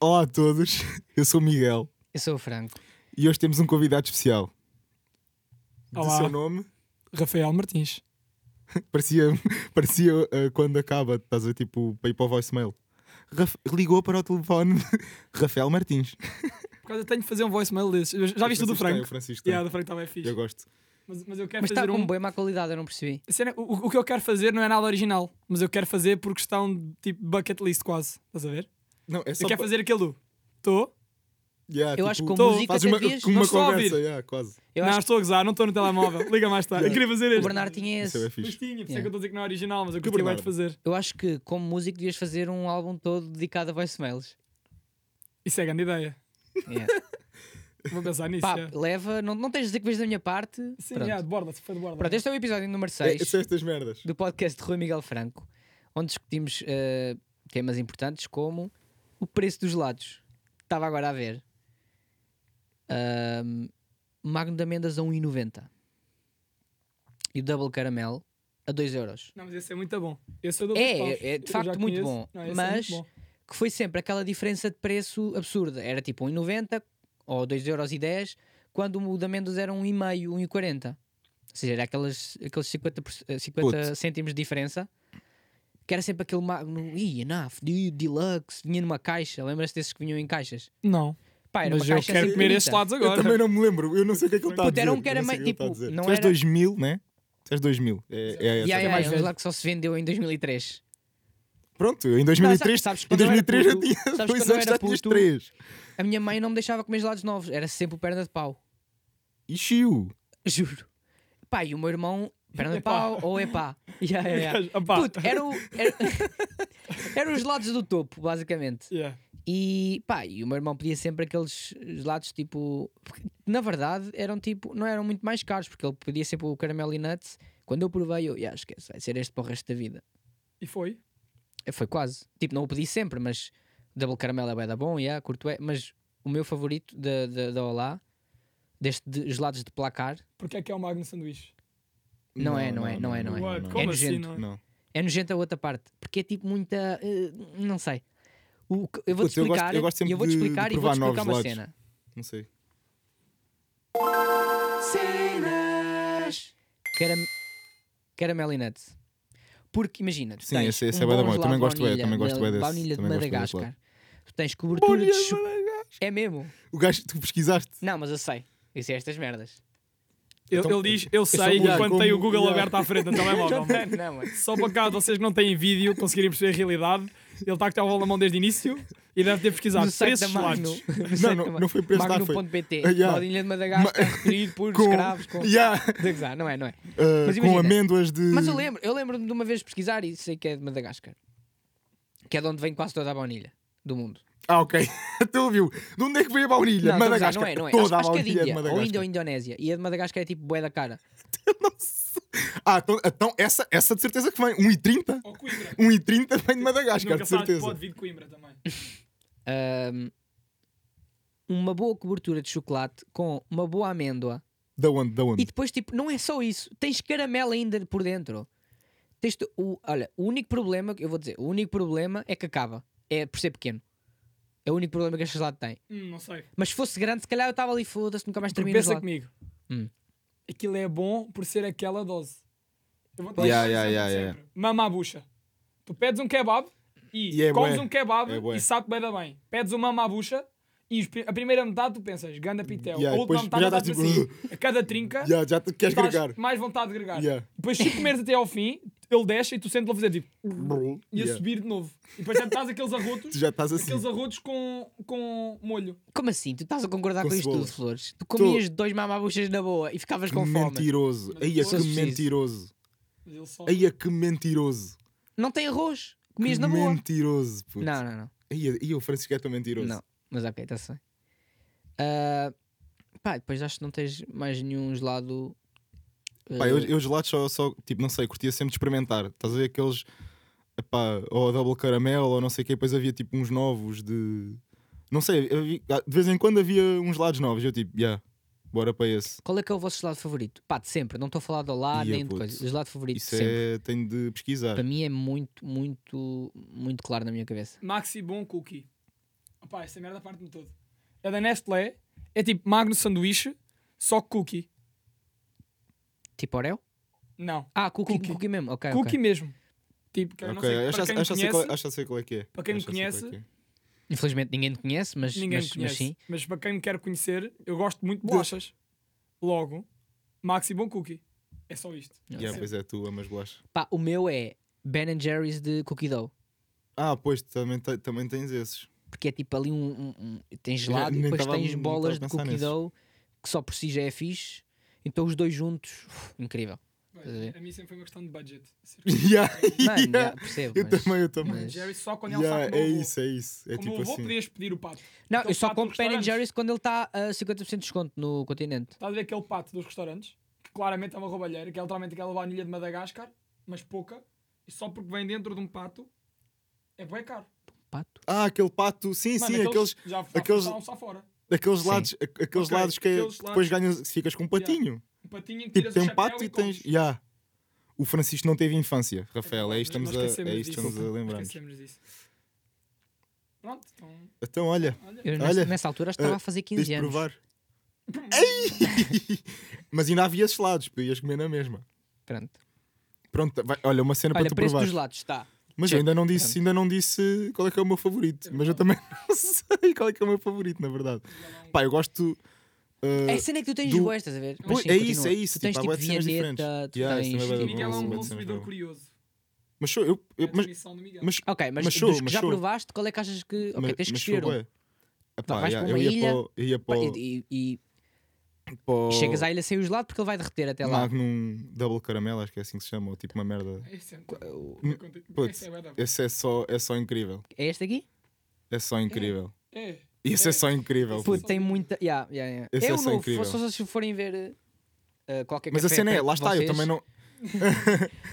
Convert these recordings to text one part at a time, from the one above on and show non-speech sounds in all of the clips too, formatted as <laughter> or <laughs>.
Olá a todos, <laughs> eu sou o Miguel Eu sou o Franco. e hoje temos um convidado especial. Do Olá. seu nome, Rafael Martins. parecia, <laughs> parecia ah, quando acaba, estás a ver, tipo, para ir para o voicemail. Raf- Ligou para o telefone <laughs> Rafael Martins. Por causa eu tenho de fazer um voicemail desses. Eu Já viste o do Francisco tem, Franco? o Francisco tem. Yeah, do Franco também é fixe. Eu gosto. Mas, mas eu quero Mas está fazer com um. bem má qualidade, eu não percebi. A cena- o, o que eu quero fazer não é nada original, mas eu quero fazer por questão de tipo bucket list quase. Estás a ver? Não, é eu só quero pa- fazer aquele do. Estou. Yeah, Eu acho que com tô- música faz até uma, devias. com uma Mas só conversa, ouvir. yeah, quase. Eu não, acho estou a gozar, não estou no telemóvel. Liga <laughs> mais tarde. Eu queria fazer que este. o Bernardo tinha Isso esse. é bem fixe. Mas tinha, por isso é Yeah. que eu estou a dizer que não é original, mas eu Que queria bem de Bernardo? fazer. Eu acho que, como músico, devias fazer um álbum todo dedicado a <laughs> voicemails. Isso é grande ideia. Yeah. Vou pensar nisso. é. Pá, yeah. leva, não, não tens de dizer que vês da minha parte. Sim, Pronto. yeah, de borda, se foi de borda. Pronto, este é o episódio número É, 6 são estas merdas. do podcast de Rui Miguel Franco, onde discutimos eh, temas importantes como o preço dos lados. Estava agora a ver. Ahm, Magno da Mendas a 1,90 e o Double Caramel a 2 euros. Não, mas esse é muito bom. Esse é o do É, dos paus. é, é de Eu facto já muito conheço. bom, Não, esse é mas- muito bom. Que foi sempre aquela diferença de preço absurda. Era tipo 1,90 ou 2,10€ quando o da Mendas era 1,5, 1,40. Ou seja, era aquelas, aqueles 50, por- eh, 50 Puto. cêntimos de diferença. Que era sempre aquele magno, ih, enough, de- deluxe, vinha numa caixa. Lembras-te desses que vinham em caixas? Não. Pá, era Mas uma eu caixa quero assim comer bonita. estes lados Eu agora. também não me lembro, eu não sei o que é que ele está a Puto, dizer. era um que era eu não sei meio- o ele tá a tipo, dizer. não Tu és era- 2000, né? Tu és 2000. É, é, essa. Yeah, que é yeah, mais yeah, velho. lá que só se vendeu em 2003. Pronto, eu em 2003, sabes- sabes em quando eu era 2003 já puto- sabes tinha quando 2 eu anos, era já tinhas puto? 3. A minha mãe não me deixava comer gelados novos, era sempre o perna de pau. <laughs> E chiu. Juro. Pá, e o meu irmão, perna de Epá. pau ou é pá. <laughs> Yeah, yeah, yeah. Opá. Puto, é- era o. Era, <laughs> era os gelados do topo, basicamente. Yeah. E pá, e o meu irmão pedia sempre aqueles gelados tipo. porque, Na verdade, eram tipo. Não eram muito mais caros, porque ele pedia sempre o caramelo e nuts. Quando eu provei, eu. Yeah, esquece, vai ser este para o resto da vida. E foi. Eh, Foi quase. Tipo, não o pedi sempre, mas Double Caramelo é bué da bom, yeah, curto é. Mas o meu favorito da, da, da Olá, deste de gelados de placar, Porque é que é o Magno Sanduíche? Não é, não é, não é, não é. What? não, Como É assim? nojento. Não? Não. é nojento a outra parte. Porque é tipo muita. eh, não sei. O que- eu vou-te Puta, eu gosto- explicar, eu gosto sempre e eu vou-te de- de explicar e provar vou-te explicar novos uma gelados. cena. Não sei. Cenas! Caram... Caramel e nuts. Porque imagina, tu Sim, tens esse- esse é um bué da bom bom. Eu gelado também de gosto bué, baunilha, também gosto da- bué desse, baunilha de também gosto bué desse Madagascar. Tu tens cobertura de chup... É mesmo? O gajo, tu pesquisaste. Não, mas eu sei. Eu sei estas merdas. Ele, Então, ele diz, eu sou sei, burro. quando tem o Como- Google Yeah. aberto à frente no <laughs> telemóvel. Não, mas... Só para cá, vocês que não têm vídeo, conseguirem perceber a realidade, ele está com o telemóvel na mão desde o início e deve ter pesquisado No site da <laughs> preços Magno. lados. No site não- da não foi preço lá, foi- Magno.pt. Ah, <laughs> yeah. Baunilha de <laughs> Madagascar, recolhido por Com- escravos. Com... <laughs> Yeah. De gozar, Não é, não é? Uh, Mas com imagina. amêndoas de. Mas eu lembro, eu lembro-me de uma vez pesquisar e sei que é de Madagascar. Que é de onde vem quase toda a baunilha do mundo. Ah, ok. <laughs> tu ouviu. De onde é que veio a Não, baunilha? estou a gozar, Madagascar. não é, não é. Toda acho, a acho que é de baunilha Índia, de ou Índia Madagascar. ou Indonésia. E a de Madagascar é tipo bué da cara. Ah, então, então essa, essa de certeza que vem. 1,30? Ou Coimbra. 1,30 vem de Madagascar, de certeza. pode vir é de Coimbra também. Ahm, uma boa cobertura de chocolate com uma boa amêndoa. Da onde? Da onde? E depois, tipo, não é só isso. Tens caramelo ainda por dentro. Tens tu- o, olha, o único problema, que eu vou dizer, o único problema é que acaba. É por ser pequeno. É o único problema que este gelado tem. Hum, não sei. Mas se fosse grande, se calhar eu estava ali, foda-se, nunca mais Porque termino o pensa gelado. comigo. Hum. Aquilo é bom por ser aquela dose. Eu vou te Yeah, dar um yeah, exemplo yeah, sempre. yeah. Mama à bucha. Tu pedes um kebab e, E é comes bué. um kebab É bué. e sabe bem da bem. Pedes um mama à bucha e os pri- a primeira metade tu pensas, ganda pitel. Yeah, a depois última metade já estás estás assim, tipo, a <laughs> cada trinca, Já, já te queres estás gregar. mais vontade de gregar. Yeah. Depois se comeres até ao fim, ele desce e tu sentes-lo a fazer tipo, e a subir de novo. E depois já estás aqueles arrotos, Tu <laughs> já estás assim. aqueles arrotos com, com molho. Como assim? Tu estás a concordar Com com, isto cebola. tudo, Flores? Tu comias dois mamabuchas na boa e ficavas com fome. Mentiroso. Mas Eia, que depois- Sou preciso. mentiroso. Mas ele só- Eia, que mentiroso. Não tem arroz. Comias Que na boa. Mentiroso, puto. Não, não, não. Eia, eia, o Francisco é tão mentiroso. Não. Mas ok, está-se bem. Ah, pá, depois acho que não tens mais nenhum gelado. Pá, eh, eu, eu gelados só, só, tipo, não sei, curtia sempre de experimentar. Estás a ver aqueles, epá, ou a double caramel, ou não sei o que, depois havia tipo uns novos de. Não sei, havia- ah, de vez em quando havia uns lados novos. Eu tipo, yeah, bora para esse. Qual é que é o vosso gelado favorito? Pá, de sempre. Não estou a falar de lá Ia, nem de puto. coisa. O gelado favorito de Isso sempre. é, tenho de pesquisar. Para mim é muito, muito, muito claro na minha cabeça. Maxi Bon Cookie. Pá, essa merda parte-me todo. É da Nestlé, é tipo Magno Sanduíche, só cookie. Tipo Oreo? Não, Ah, cookie, Cookie. cookie. mesmo. Ok, cookie ok. mesmo. Tipo, que eu não Ok, sei, acho para quem acho- me acho que sei qual- conhece, acho que sei qual é que é. para quem me Acho que sei qual é conhece, que é. Infelizmente ninguém te conhece, mas, ninguém mas, me mas conhece. sim. Mas para quem me quer conhecer, eu gosto muito de bolachas. Logo, Maxi Bom Cookie. É só isto. Yeah, pois é, tu amas bolachas. Pá, o meu é Ben Jerry's de cookie dough. Ah, pois, tu também, te- também tens esses. <laughs> Porque é tipo ali um. um- um- tens Já gelado e nem depois tava- tens nem bolas de tava a pensar cookie nisso. dough que só por si já é fixe. Então os dois juntos, uf, incrível. Estás a ver? a mim sempre foi uma questão de budget. <laughs> Yeah, Mano, <laughs> yeah. já, percebo. Eu mas- também, eu também. Mas- Jerry só quando ele Yeah, sabe é como eu isso, é isso. É Como tipo eu vou, assim. podias pedir o pato. Não, Aquele eu só pato dos compro Ben restaurantes. Jerry's quando ele está a 50% de desconto no continente. Estás a ver aquele pato dos restaurantes? Que claramente é uma roubalheira, que é literalmente aquela baunilha de Madagascar, mas pouca. E só porque vem dentro de um pato, é bem caro. Pato. Ah, aquele pato, sim, Mano, sim, aqueles, já fa- aqueles- falam só fora. aqueles Sim. lados, a- aqueles Ok, lados que, é- aqueles que depois lados. ganhas, ficas com um Yeah. patinho. Um patinho em que Tipo, tiras tem o um chapéu pato e e tens. comes. Yeah. O Francisco não teve infância, Rafael, é isto que Nós estamos a, esquecemos é isto que disso. estamos a lembrar. Esquecemos disso. Pronto, então. Então, olha, Olha. Eu, Olha, nessa, nessa altura estava eh, a fazer tens 15 de anos. <laughs> provar. Ei! Mas ainda havia gelados, podias comer na mesma. Pronto. Pronto, vai- olha, uma cena Olha, para tu preço provar. dos lados tá. está. Mas eu ainda não disse, ainda não disse qual é que é o meu favorito. Mas eu também <laughs> não sei qual é que é o meu favorito, na verdade. Pá, eu gosto. É eh, a cena é que tu tens do- boas, estás a ver? Mas Pois, sim, é continua. isso, é isso, Tu tipo, tens há tipo, bué de cenas Vianeta, tu Yeah, isso tens. também é bué da Miguel é bom, um bom, consumidor bom. curioso. mas sou eu. É eu a mas, definição do Miguel. mas, Ok, mas, Mas dos show, que mas já show. provaste, qual é que achas que. Ah, Ok, mas- tens que mas escolher. sou um. bué. Epá, vais yeah, para eu uma ia ilha, para o- eu ia Pá, para o- E, e- e para o- chegas à ilha sem os lados porque ele vai derreter até lá. Magnum Double Caramelo, acho que é assim que se chama, ou tipo uma merda. Esse é muito bom. O- Eu conto- Putz, esse é bué da bom. Esse é só, é só incrível. É este aqui? É só incrível. É. Isso é só incrível. Puto, Pô, puto. tem muita. Yeah, yeah, yeah. Esse é é o só novo, incrível. só se forem ver eh, qualquer Mas a café cena é, perto lá de está, eu vocês. também não.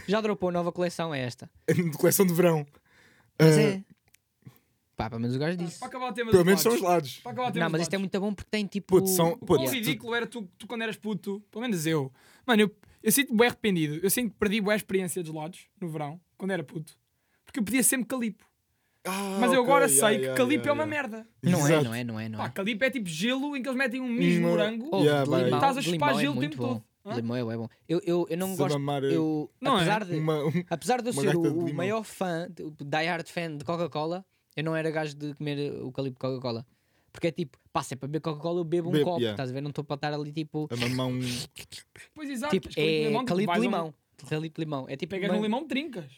Já dropou a nova coleção, é esta. <laughs> de coleção de verão. Mas Ah, é. Pá, pelo menos o gajo disse. Para acabar o tema Pelo dos menos são os lados. lados. Para acabar o tema Não, dos mas isto é lados. muito bom porque tem tipo. Puto, são. O Puto, quão tu- ridículo era tu, tu quando eras puto, pelo menos eu. Mano, eu, eu sinto bem arrependido. Eu sinto que perdi boa experiência de lados no verão, quando era puto. Porque eu pedia sempre calipo. Ah, Mas eu ok, agora yeah, sei que yeah, calipo yeah, é uma yeah. merda. Não é, Exato. não é, não é, não Pá, é. calipo é tipo gelo em que eles metem um mijo de Uma- morango. Oh, Yeah, de vai. limão, Estás a de chupar limão é gelo o muito tempo bom. todo. Hã? Limão é bué bom. Eu, eu, eu não Se gosto. mamar, eh, Eu, Não é? apesar de, uma- um- apesar de eu uma ser o, gata de o limão. maior fã, de- die-hard fan de Coca-Cola, eu não era gajo de comer o calipo Coca-Cola. Porque é tipo, pá, se é para beber Coca-Cola, eu bebo um Bebe, copo, yeah. estás a ver? Não estou para estar ali tipo. A um, mamão. <laughs> Pois exato. tipo, tens calipo de é limão, tipo, calipo vais a um- limão. Calipo limão. É tipo. Pegas uma- no limão, trincas.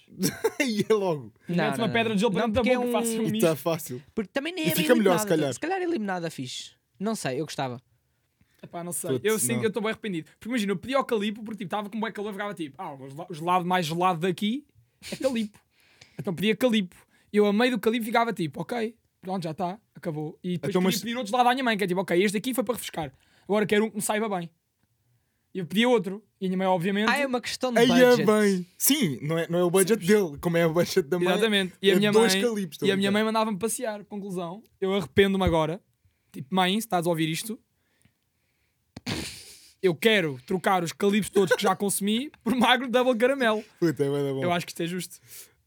e é logo. Não, Metes não, uma não. pedra de gelo para Não, dentro da porque é boca, um- fazes um E mijo. está fácil. Porque também nem E era fica melhor, se eliminada. calhar. Se calhar eliminada é fixe. Não sei, eu gostava. Epá, não sei. Putz, eu sinto não. que eu estou bem arrependido. Porque imagina, eu pedi ao calipo porque tipo, estava com bem calor, ficava tipo, ah, o gela- o gelado mais gelado daqui é <laughs> calipo. então pedia calipo. E eu a meio do calipo ficava tipo, ok, pronto, já está, acabou. E depois Então, podia mas- pedir outro gelado à minha mãe, que é tipo, ok, este aqui foi para refrescar. Agora quero um que me saiba bem. E eu pedia outro. E a minha mãe, obviamente. Ah, é uma questão de Aí é budget. bem. Sim, não é, não é o budget dele, como é o budget da mãe. Exatamente. E a é minha dois mãe, calipos, estou e a a minha brincar. mãe mandava-me passear. Conclusão, eu arrependo-me agora. Tipo, mãe, se estás a ouvir isto, eu quero trocar os calipos todos que já consumi por magro double caramelo. Puta, é bué da bom. Eu acho que isto é justo.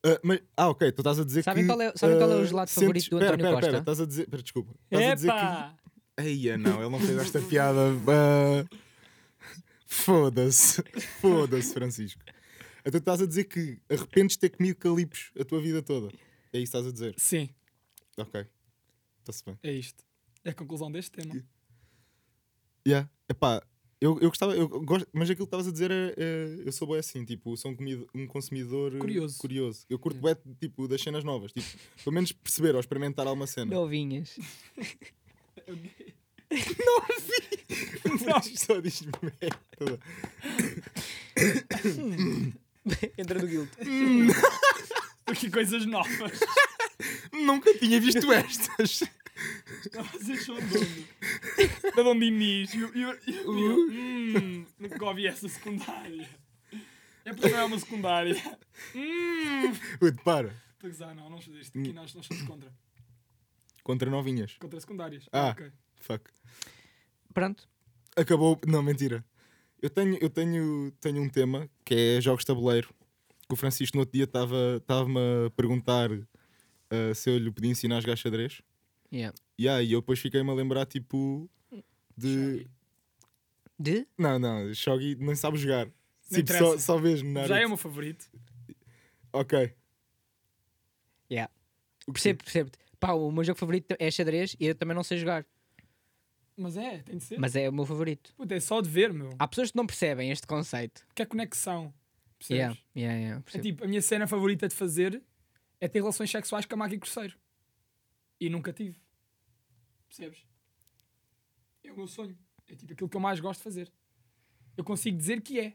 Ah, mas- ah, ok, tu estás a dizer Sabem que. qual é- sabem qual é o ah, gelado sentes- favorito do pera, António pera, Costa? Pera, estás a dizer. Pera, desculpa. Estás a dizer que. Epá! Eia, não, ele não fez esta piada. ah, Foda-se. Foda-se, Francisco. Então estás a dizer que arrependes de ter comido calipos a tua vida toda. É isso que estás a dizer. Sim, Ok. Está-se bem. é isto. É a conclusão deste <laughs> tema. Yeah. Epá, eu, eu gostava, eu gosto, mas aquilo que estavas a dizer é, é- eu sou bem assim, tipo, sou um, comido- um consumidor eh, Curioso. curioso. Eu curto bué, tipo, das cenas novas, tipo, pelo menos perceber ou experimentar alguma cena. <laughs> Novinhas. Não. Só diz merda. Entra no guild. Aqui coisas novas. Nunca tinha visto <laughs> estas. Vocês são dono. Da Dona Inês. E eu, e eu, e eu, e eu, hum, nunca ouvi essa secundária. É porque não é uma secundária. Hum. Puto, para. Estou a gozar, não, não sei isto. Aqui nós, nós somos contra. Contra novinhas. Contra secundárias. Ah. Ok. Fuck. <laughs> Pronto. Acabou. Não, mentira. Eu tenho, eu tenho, tenho um tema que é jogos de tabuleiro. Que o Francisco no outro dia eh, estava-me a perguntar ah, se eu lhe podia ensinar a jogar xadrez. Yeah. Yeah, e eu depois fiquei-me a lembrar, tipo, de. Shogi. De? Não, não, Shogi nem sabe jogar. Nem Tipo, só, interessa. só vês no Naruto. Já é o meu favorito. Ok. Yeah. Percebo, percebo-te. Pá, o meu jogo favorito é xadrez e eu também não sei jogar. Mas é, tem de ser. Mas é o meu favorito. Puta, é só de ver, meu. Há pessoas que não percebem este conceito. Que é conexão. Percebes? Yeah, yeah, yeah, É percebo. tipo, a minha cena favorita de fazer é ter relações sexuais com a Maki Cruzeiro. E nunca tive. Percebes? É o meu sonho. É tipo aquilo que eu mais gosto de fazer. Eu consigo dizer que é.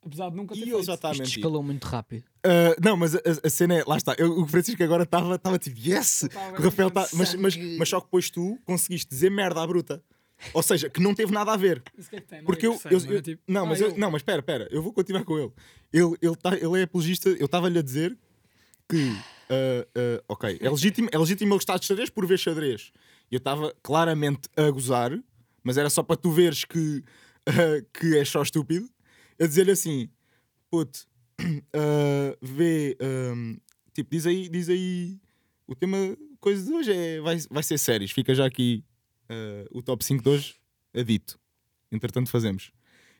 Apesar de nunca ter E feito. ele já tá- está a Isto mentir. escalou muito rápido. Ah, não, mas a, a- a cena é. Lá está. Eu- o Francisco agora estava tava tipo, yes! Tava o Rafael está. muito Mas, mas, sangue. mas só que depois tu conseguiste dizer merda à bruta. Ou seja, que não teve nada a ver. Mas o que é que tem? Não Porque é eu. que sei, eu- mano, eu- é tipo, não, ah, mas eu, eu- não, mas espera, espera. Eu vou continuar com ele. Ele, ele, tá, ele é apologista. Eu estava-lhe a dizer que. ah, ah, ok, é legítimo, é legítimo ele gostar de xadrez por ver xadrez. E Eu estava claramente a gozar, mas era só para tu veres que, ah, que é só estúpido. A dizer-lhe assim: puto, <clears throat> ah, vê. ahm, tipo, diz aí, diz aí. O tema, coisa de hoje é, vai, vai ser séries. Fica já aqui ah, o top 5 de hoje, é adito. Entretanto, fazemos.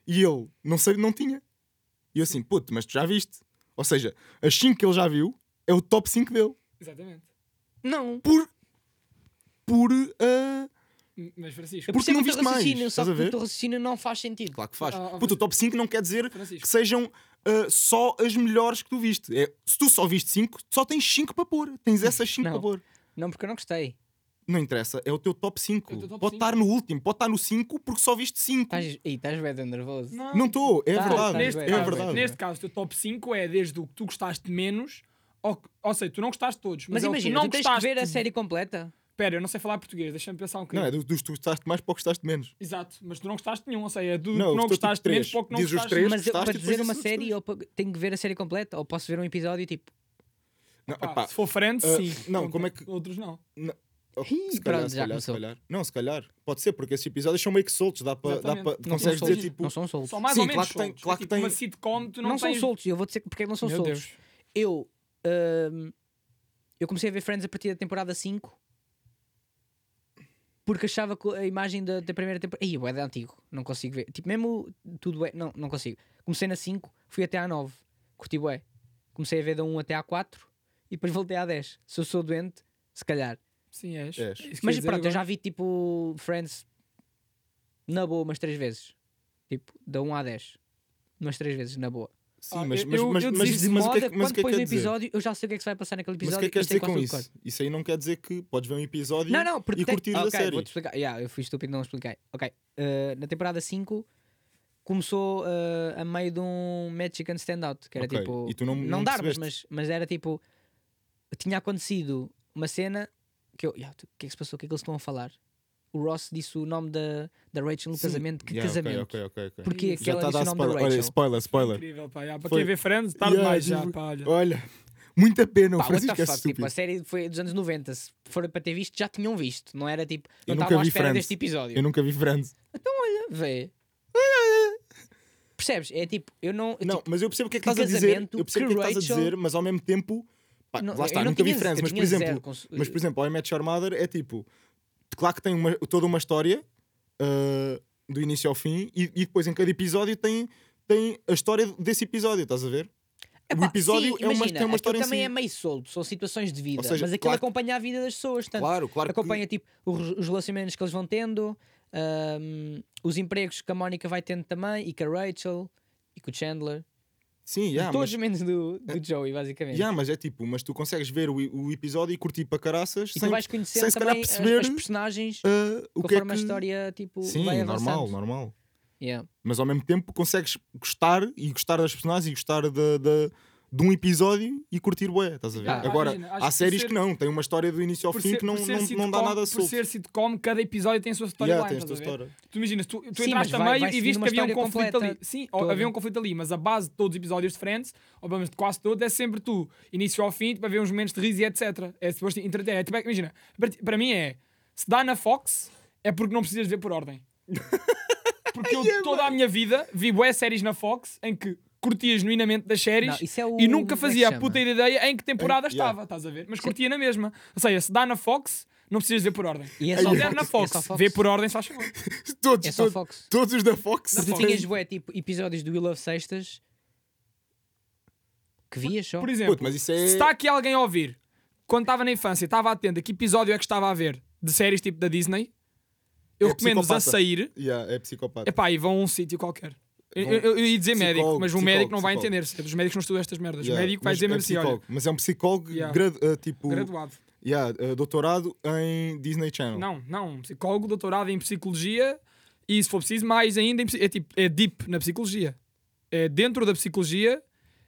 E ele não, sei, não tinha. E eu assim, puto, mas tu já viste. Ou seja, as 5 que ele já viu é o top 5 dele. Exatamente. Não. Por. Por. ah, M- Mas Francisco, Eu Porque percebo não o teu viste mais, raciocínio, só estás que a o ver? teu raciocínio não faz sentido. claro que faz. Ah, ah, puto, o top 5 não quer dizer Francisco. que sejam ah, só as melhores que tu viste. É, se tu só viste 5, só tens 5 para pôr. Tens essas 5 Não. para pôr. Não, porque eu não gostei. Não interessa, é o teu top É o teu 5. pode top cinco. Tá, estar no último, pode estar no 5 porque só viste 5. Estás, Ih, estás bem nervoso. Não estou, é Tá, verdade. tá, Ah, Neste, é bem, caso, verdade. neste caso, o teu top 5 é desde o que tu gostaste menos, ou, ou seja, tu não gostaste de todos, mas, Mas, é o que imagina, tu não tu tens que gostaste. ver a série completa. Pera, eu não sei falar português, deixa-me pensar um Não, bocadinho. é do- dos que tu gostaste mais para o que gostaste menos. Exato, mas tu não gostaste de nenhum, ou seja, é do Não, que não estou tipo gostaste de menos três. para o que não Diz os gostaste. três. Mas eu, gostaste para e depois dizer uma esses série, outros. eu pa- tenho que ver a série completa, ou posso ver um episódio e tipo. Não, Pá, epá, se for friend, Ah, sim. não, Conta. como é que- Outros não. Ok, Ih, Oh, se calhar, pronto, se já calhar, se começou. calhar. Não, se calhar. Pode ser, porque esses episódios são meio que soltos. Dá para. Dá Exatamente. pra, Não consegues são dizer soltos, tipo. Não são soltos. Só mais Sim, ou menos claro que tem- soltos. claro É que tipo tem- Uma sitcom, tu Não, não, são tens... soltos, eu vou dizer porque é que não são Meu soltos. Deus. Eu. hum, eu comecei a ver Friends a partir da temporada 5 porque achava que a imagem da, da primeira temporada. Ih, é antigo, não consigo ver. Tipo, mesmo tudo é. Não, não consigo. Comecei na 5, fui até à 9, curti bué. Comecei a ver da 1 até à 4 e depois voltei à 10. Se eu sou doente, se calhar. Sim, És. és. É isso que eu Mas ia dizer pronto, eu agora. já vi tipo Friends na boa umas 3 vezes. Tipo, da 1 à 10. Umas 3 vezes, na boa. Sim, Ah, mas, eu- mas, eu- mas, eu mas, desisto mas o que é Moda, que- mas quando o que é que depois quer do dizer? episódio, eu já sei o que é que se vai passar naquele Mas episódio. o que é que eu queres sei dizer quase com tudo de isso? cor. Isso aí não quer dizer que podes ver um episódio Não, não, porque e tem- curtir Ah, da ok, série. vou-te explicar. Yeah, eu fui estúpido, não expliquei. Ok, eh, na temporada 5 começou eh, a meio de um Mexican standout, que era Ok, tipo. e tu não- não dar, mas, percebeste? mas- mas era tipo. Tinha acontecido uma cena que eu. "Ya, tu- o que é que se passou? O que é que eles estão a falar? O Ross disse o nome da, da Rachel no Sim. casamento. Que Yeah, ok, casamento? ok, ok, ok. Porquê que Já ela está a disse dar o nome da spoiler. Rachel? Olha, spoiler, spoiler. Incrível, pá, já. Para Foi- quem vê Friends, tarde Yeah, demais já, tive- pá, olha. Olha, muita pena. O Pá, what the Francisco é fuck? Tipo, estúpido. a série foi dos anos 90. Se forem para ter visto, já tinham visto. Não era tipo. Não Eu nunca estavam à vi espera Friends. deste episódio. Eu nunca vi Friends. Vê. Percebes? É tipo, eu não. eu, Não, tipo, mas eu percebo o que é que que estás a dizer. casamento, Eu percebo o que que é que estás a Rachel- dizer, mas ao mesmo tempo. pá, não- Lá está, eu não nunca vi tinha- Friends, eu mas por tinha exemplo, zero cons- Mas, por exemplo, o I Met Your Mother é tipo. Claro que tem uma- toda uma história ah, do início ao fim e, e depois em cada episódio tem, tem a história desse episódio, estás a ver? Epá, episódio sim, é uma- imagina, tem aquilo uma história em também si. é meio solto, são situações de vida. Ou seja, mas aquilo claro que- acompanha a vida das pessoas. Tanto Claro, claro. que- acompanha tipo, os os relacionamentos que eles vão tendo, hum, os empregos que a Mónica vai tendo também, e que a Rachel, e que o Chandler. Sim, De yeah, todos mas, menos do, do Joey, basicamente. yeah, mas é tipo, mas tu consegues ver o, o episódio e curtir para caraças E sem tu vais conhecendo sem se calhar também as- perceber, as, personagens ah, o que é conforme que... a história tipo, Sim, vai normal, é? avançando. normal. Yeah. Mas ao mesmo tempo consegues gostar e gostar das personagens e gostar da, da- de um episódio e curtir bué, estás a ver? Ah, Agora, imagina, acho há que séries ser- que não, tem uma história do início ao Por fim ser- que não, por ser não, não dá sitcom- nada Por solto. ser sitcom, cada episódio tem a sua Yeah, storyline. tens estás tua a ver? história. Tu imaginas, tu, tu Sim, entraste mas a vai- meio vai e seguir viste uma que havia um história conflito completa ali. Sim, toda. havia um conflito ali, mas a base de todos os episódios de Friends, ou pelo menos de quase todos, é sempre tu, início ao fim, para ver uns momentos de riso e etc. É suposto entreter. É tipo, é que imagina, para ti- para mim é, se dá na Fox, é porque não precisas ver <laughs> por ordem. Porque eu é toda a minha vida vi boas séries na Fox em que curtia genuinamente das séries Não, isso é o- e como é nunca que fazia se a chama? puta ideia em que temporada Em- yeah. estava, estás a ver? Mas curtia na mesma. Ou seja, se dá na Fox, Não precisas ver por ordem. E é Se só der Fox, na é Fox, só Fox. vê por ordem, se faz favor. <laughs> Todos, É só todos, Fox. todos os da Fox. Da Tu Fox. tinhas bué, tipo, episódios do We Love Sextas que vias só. Por exemplo, Puto, mas isso é. se está aqui alguém a ouvir, quando estava na infância, estava atento a que episódio é que estava a ver de séries tipo da Disney, eu É recomendo-vos a psicopata. sair. Yeah, é psicopata. Epá, e vão a um sítio qualquer. Eu, Vão- eu- eu ia dizer Psicólogo, médico, mas o psicólogo, médico não vai psicólogo. entender. Certo? Os médicos não estudam estas merdas. Yeah, o médico vai mas dizer é mesmo assim: olha, psicólogo. Mas é um psicólogo Yeah. gradu- eh, tipo, graduado. yeah, eh, doutorado em Disney Channel. Não, não. Psicólogo, doutorado em psicologia e, se for preciso, mais ainda em psi- é, tipo, é deep na psicologia. É dentro da psicologia,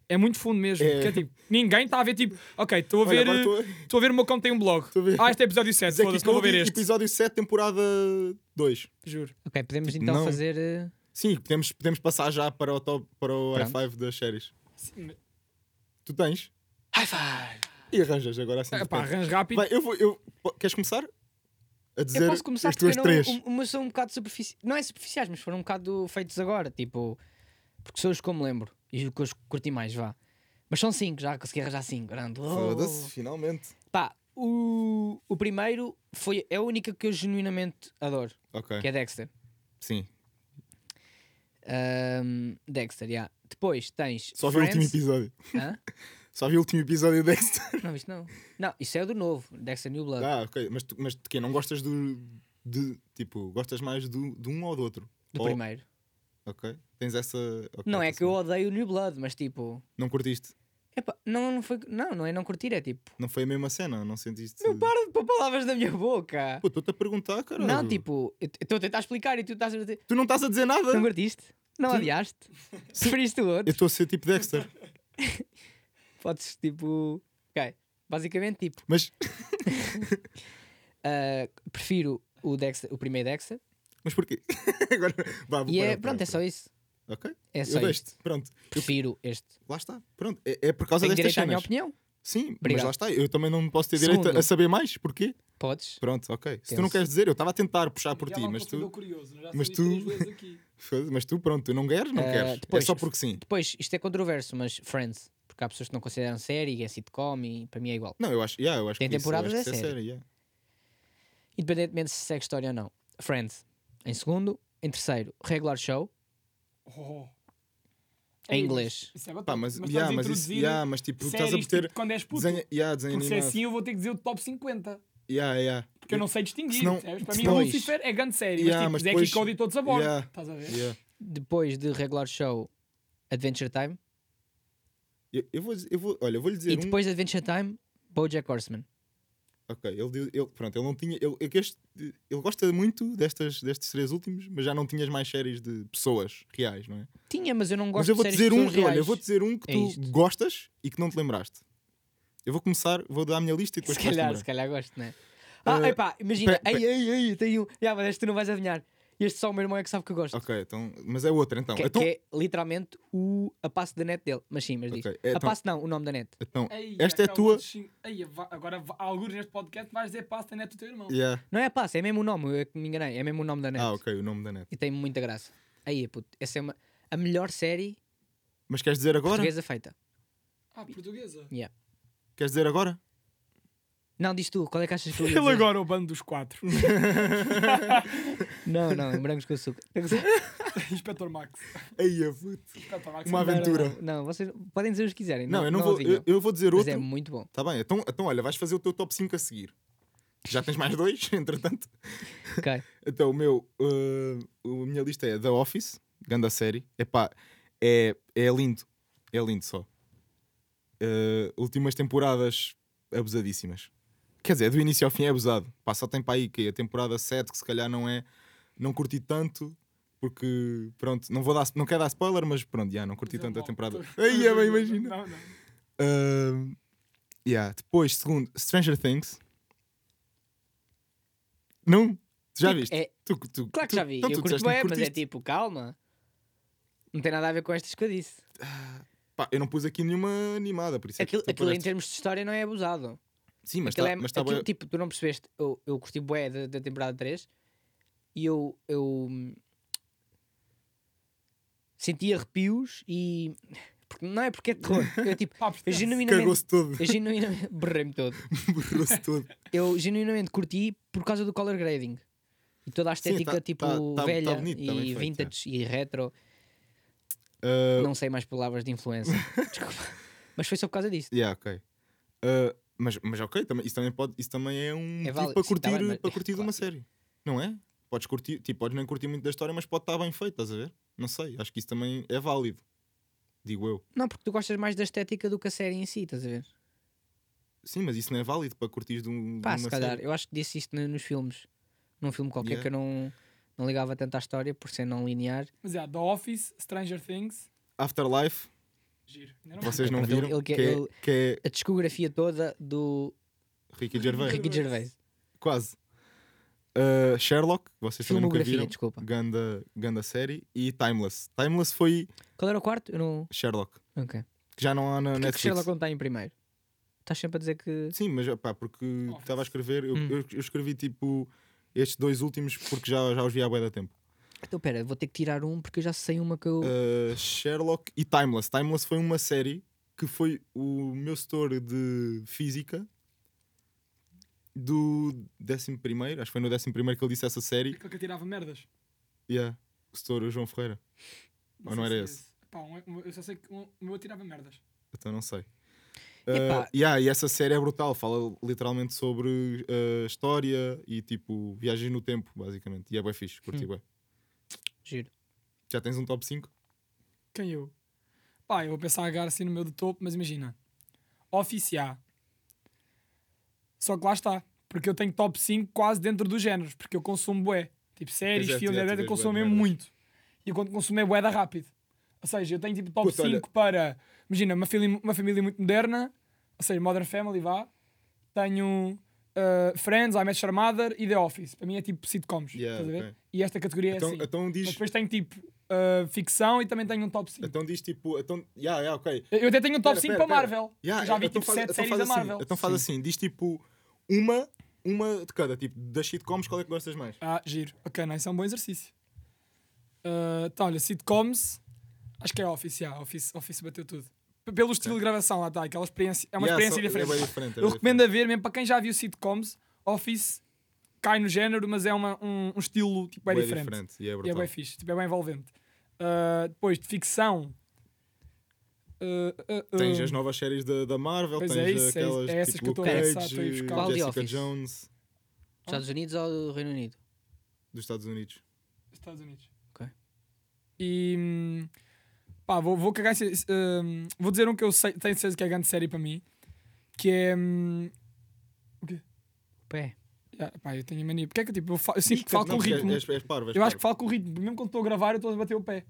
é muito fundo mesmo. É. porque é tipo, ninguém está a ver tipo, ok, estou a Olha, ver. agora estou a- Estou a ver o meu cão tem um blog. Estou a ver. Ah, este é episódio 7, Dizer que foda-se, não vou ver isto é este. episódio 7, temporada 2. Juro. Ok, podemos Tipo, então não. fazer. eh, Sim, podemos, podemos passar já para o, top, para o Pronto. i5 das séries. Tu tens? E arranjas agora assim. de Epá, repente. arranjo rápido. Vai, eu vou. Eu... po- Queres começar? A dizer Eu posso começar as porque tuas não, três. um- umas são um bocado superficiais. Não é superficiais, mas foram um bocado feitos agora. Tipo, porque são os que eu me lembro e os que eu curti mais, vá. Mas são cinco, já consegui arranjar cinco. Grande. Oh. Foda-se, finalmente. Pá, o, o primeiro foi, é a única que eu genuinamente adoro, Ok. que é Dexter. Sim. Ahm, Dexter, já. Depois tens. Só vi o Friends. último episódio. Hã? Só vi o último episódio de <laughs> Dexter. Não, isto não. Não, isso é o do novo, Dexter New Blood. Ah, ok. Mas, tu, mas de quê? Não gostas do. De, tipo, gostas mais do, de um ou do outro? do Ou- primeiro. Ok. Tens essa. ok, Não é tá-se que eu bem. odeio o New Blood, mas tipo. Não curtiste. Epá, não, não foi. Não, não é não curtir, é tipo. Não foi a mesma cena, não sentiste. Não para de pôr palavras na minha boca! Pô, estou-te a perguntar, cara. Não, tipo, eu estou a tentar explicar e tu estás a dizer. Tu não estás a dizer nada. Não curtiste? Não Tu- adiaste? <laughs> Preferiste o Eu outro? estou a ser tipo Dexter. Podes tipo. Ok. Basicamente, tipo, Mas, ah, prefiro o, Dexter, o primeiro Dexter. mas porquê? <laughs> Agora, vá, vou E parar, é, parar, pronto, é parar. só isso. Ok, É eu só isso. deixo Pronto, Prefiro este. lá está. Pronto, é, é por causa Tenho destas direito à minha cenas. opinião? Sim, Obrigado. mas lá está. Eu também não posso ter direito Segundo. a saber mais. Porquê? Podes. Pronto, ok. Se tu Temos. não queres dizer, eu estava a tentar puxar por ti, mas tu, né? mas tu- <laughs> foda-se, mas tu, pronto, tu não queres, não Eh, queres. depois- é só porque sim. Depois, isto é controverso, mas Friends, porque há pessoas que não consideram série, é sitcom e para mim é igual. Não, eu acho, yeah, eu acho Tem que isso, eu temporadas, acho é que isso sério. sério, yeah. Independentemente se segue história ou não. Friends, em segundo. Em terceiro, Regular Show, Oh, em inglês. Isso é batata. Pá, mas, mas yeah, estás a mas isso, introduzir yeah, mas tipo, tu estás a séries, meter tipo, quando és puto. desenho, yeah, desenho Porque se é animado. assim eu vou ter que dizer o top 50. yeah, yeah. Porque eu não sei distinguir. Senão- percebes? Para mim, senão- Lucifer é grande série. Yeah, mas mas tipo, Zack depois- e Cody todos a bordo. Yeah. Estás a ver? yeah. Depois de Regular Show, Adventure Time. Eu, eu vou, dizer- eu vou, olha, eu vou lhe dizer E um- depois de Adventure Time, Bojack Horseman. Ok, ele, diz- ele- pronto, ele não tinha. Ele, é que este- ele gosta muito destas, destes três últimos, mas já não tinhas mais séries de pessoas reais, não é? Tinha, mas eu não gosto mas eu vou de dizer um, séries de pessoas olha, eu reais. vou dizer um que É tu isto. gostas e que não te lembraste. Eu vou começar, vou dar a minha lista e <laughs> depois Se calhar, se vais-te calhar gosto, não é? Ah, Eh, epá, imagina. pe- ei, ei, ei, tem um. Já, mas este tu não vais adivinhar. Este só o meu irmão é que sabe que eu gosto. lembrar. Ok, então, mas é outra então. Que, então, que é literalmente o, a passe da net dele. Mas sim, mas diz. Ok, é, a então- passe não, o nome da net. então, Ei, esta é a aquela tua. chi- Ei, va- agora, va- alguns neste podcast vais dizer pasta neto do teu irmão. Yeah. Não é a passe, é mesmo o nome, eu que me enganei. É mesmo o nome da net. Ah, ok, o nome da net. E tem muita graça. Aí, puto, essa é uma, a melhor série Mas queres dizer agora? portuguesa feita. Ah, portuguesa. Yeah. Queres dizer agora? Não, diz tu, qual é que achas que eu ia Ele dizer? agora é o bando dos quatro. Não, não, em brancos com <laughs> açúcar. <laughs> Inspetor Max. Ei, eu vou- Inspetor Max. Uma é aventura. Não, não, não, vocês podem dizer os que quiserem. Não, eu não, vou. adivinham. Eu, eu vou dizer Mas outro. é muito bom. Tá bem, então, então olha, vais fazer o teu top 5 a seguir. Já tens mais dois, <laughs> entretanto. Ok. Então, o meu, uh, a minha lista é The Office, grande série. Epá, é, é lindo. É lindo só. Uh, últimas temporadas abusadíssimas. Quer dizer, do início ao fim é abusado. Pá, só tem para aí que é a temporada 7, que se calhar não é. Não curti tanto, porque pronto, não vou dar, não quero dar spoiler, mas pronto, já, não curti é tanto a mau. <laughs> temporada. Aí é bem, imagina. é Não, não. Uh, yeah, Depois, segundo, Stranger Things. Não? Tu já Tipo, viste? é- Tu- tu- Claro que tu- já vi. então tu eu curto disseste que bem, mas é curtiste. tipo, calma. Não tem nada a ver com estas que eu disse. Pá, eu não pus aqui nenhuma animada, por isso é que Aquilo, tu aquilo em puseste- termos de história não é abusado. Sim, mas Aquilo está é- mas tá aquilo, bué- tipo, tu não percebeste, eu, eu curti bué da, da temporada 3 e eu, eu hum, senti arrepios e Porque- não é porque é <laughs> terror. Eu, tipo, Pá, percebe? eu genuinamente. Cagou-se todo, <laughs> Eu genuinamente. <laughs> Borrei-me todo. borrou-se <laughs> todo. Eu genuinamente curti por causa do color grading. E toda a Sim, estética tá- tipo tá- tá- velha tá bonito, e tá bem feito, vintage e retro. Ah, Não sei mais palavras de <laughs> influência. Desculpa. Mas foi só por causa disso. Yeah, ok. Ah, mas, mas ok, também, isso, também pode, isso também é um motivo válido, para sim, tá curtir, bem, mas- para curtir de claro. uma série, não é? Podes curtir, tipo, podes nem curtir muito da história, mas pode estar bem feito, estás a ver? Não sei, acho que isso também é válido, digo eu. Não, porque tu gostas mais da estética do que a série em si, estás a ver? Sim, mas isso não é válido para curtir de, um, Pá, de se uma calhar. série. Eu acho que disse isto no- nos filmes. Num filme qualquer Yeah. que eu não, não ligava tanto à história por ser não linear. Mas é, The Office, Stranger Things, Afterlife, giro. Ainda não- vocês não Então, Ele- ele viram, quer- que, é, ele- que é A discografia toda do Ricky Gervais, Ricky Gervais. quase. Ah, Sherlock, vocês também nunca Filmografia, viram. desculpa. Ganda, ganda série. E Timeless. Timeless foi Qual era o quarto? Eu não. Sherlock, Ok. que já não há na Porquê que Netflix. Sherlock é não está em primeiro? Estás sempre a dizer que. Sim, mas pá, porque Office. estava a escrever, eu, Hum. eu- eu escrevi tipo estes dois últimos porque já, já os vi há bué da tempo. Então pera, vou ter que tirar um porque eu já sei uma que eu. Uh, Sherlock e Timeless. Timeless foi uma série que foi o meu setor de física do 11 primeiro, acho que foi no 11 primeiro que ele disse essa série. Aquele que atirava merdas. Yeah, o setor João Ferreira. Ou não sei era se é esse? Pá, um- um- eu só sei que um- o meu atirava merdas. Então não sei. Epá. Uh, yeah, e essa série é brutal, fala literalmente sobre uh, história e tipo viagens no tempo, basicamente. E é bem fixe, Hum. curti bué. Giro. Já tens um top 5? Quem eu? Pá, eu vou pensar agora assim no meu do topo, mas imagina. Office A. Só que lá está. Porque eu tenho top 5 quase dentro dos géneros. Porque eu consumo bué. Tipo séries, Exato, filmes, exato, etc. Eu vês é, bué de consumo mesmo merdas. muito. E eu quando consumo é bué da rápido. Ou seja, eu tenho tipo top Puta, 5 olha. para... Imagina, uma, fili- uma família muito moderna. Ou seja, Modern Family, vá. Tenho... uh, Friends, I Met Your Mother e The Office. Para mim é tipo sitcoms. Yeah, estás a ver? ok. E esta categoria então, é assim. então Mas diz. depois tenho tipo uh, ficção e também tenho um top 5. Então diz tipo. Então, yeah, yeah, ok. Eu até tenho um top Pera, 5 pera, para pera. Marvel. Yeah, Eu já vi então tipo faz- 7 então séries faz da assim, Marvel. Então faz assim, diz tipo uma, uma de cada, tipo, das sitcoms, qual é que gostas mais? Ah, giro. Ok, não, isso é um bom exercício. Ah, então, olha, sitcoms. Acho que é Office, yeah, Office, Office bateu tudo. P- Pelo estilo de gravação, lá está, aquela experiência. É uma Tá. Yeah, só- experiência é diferente. bem diferente, é Eu bem recomendo a ver, mesmo para quem já viu sitcoms, Office cai no género, mas é uma- um, um estilo tipo, é Bué diferente. E é E é brutal. bem fixe, tipo, é bem envolvente. Ah, depois, de ficção. ah, ah, ah, Tens as novas séries da, da Marvel, Pois tens é isso, é aquelas isso, é essas tipo que eu tô a Luke pensar, Cage, tô a ir buscar. Qual The Jessica Office? Jones, Estados Unidos ou do Reino Unido? dos Estados Unidos. Estados Unidos. Ok. E. hum, Pá, vou, vou cagar. esse- esse, hum, vou dizer um que eu sei, tenho certeza que é grande série para mim. Que é. hum, O pé. ah, pá, eu tenho a mania. Porque é que tipo, eu, fa- eu sinto que Não, falo com porque ritmo. És, és parvo, és Eu acho que parvo. falo com ritmo. Mesmo quando estou a gravar, eu estou a bater o pé.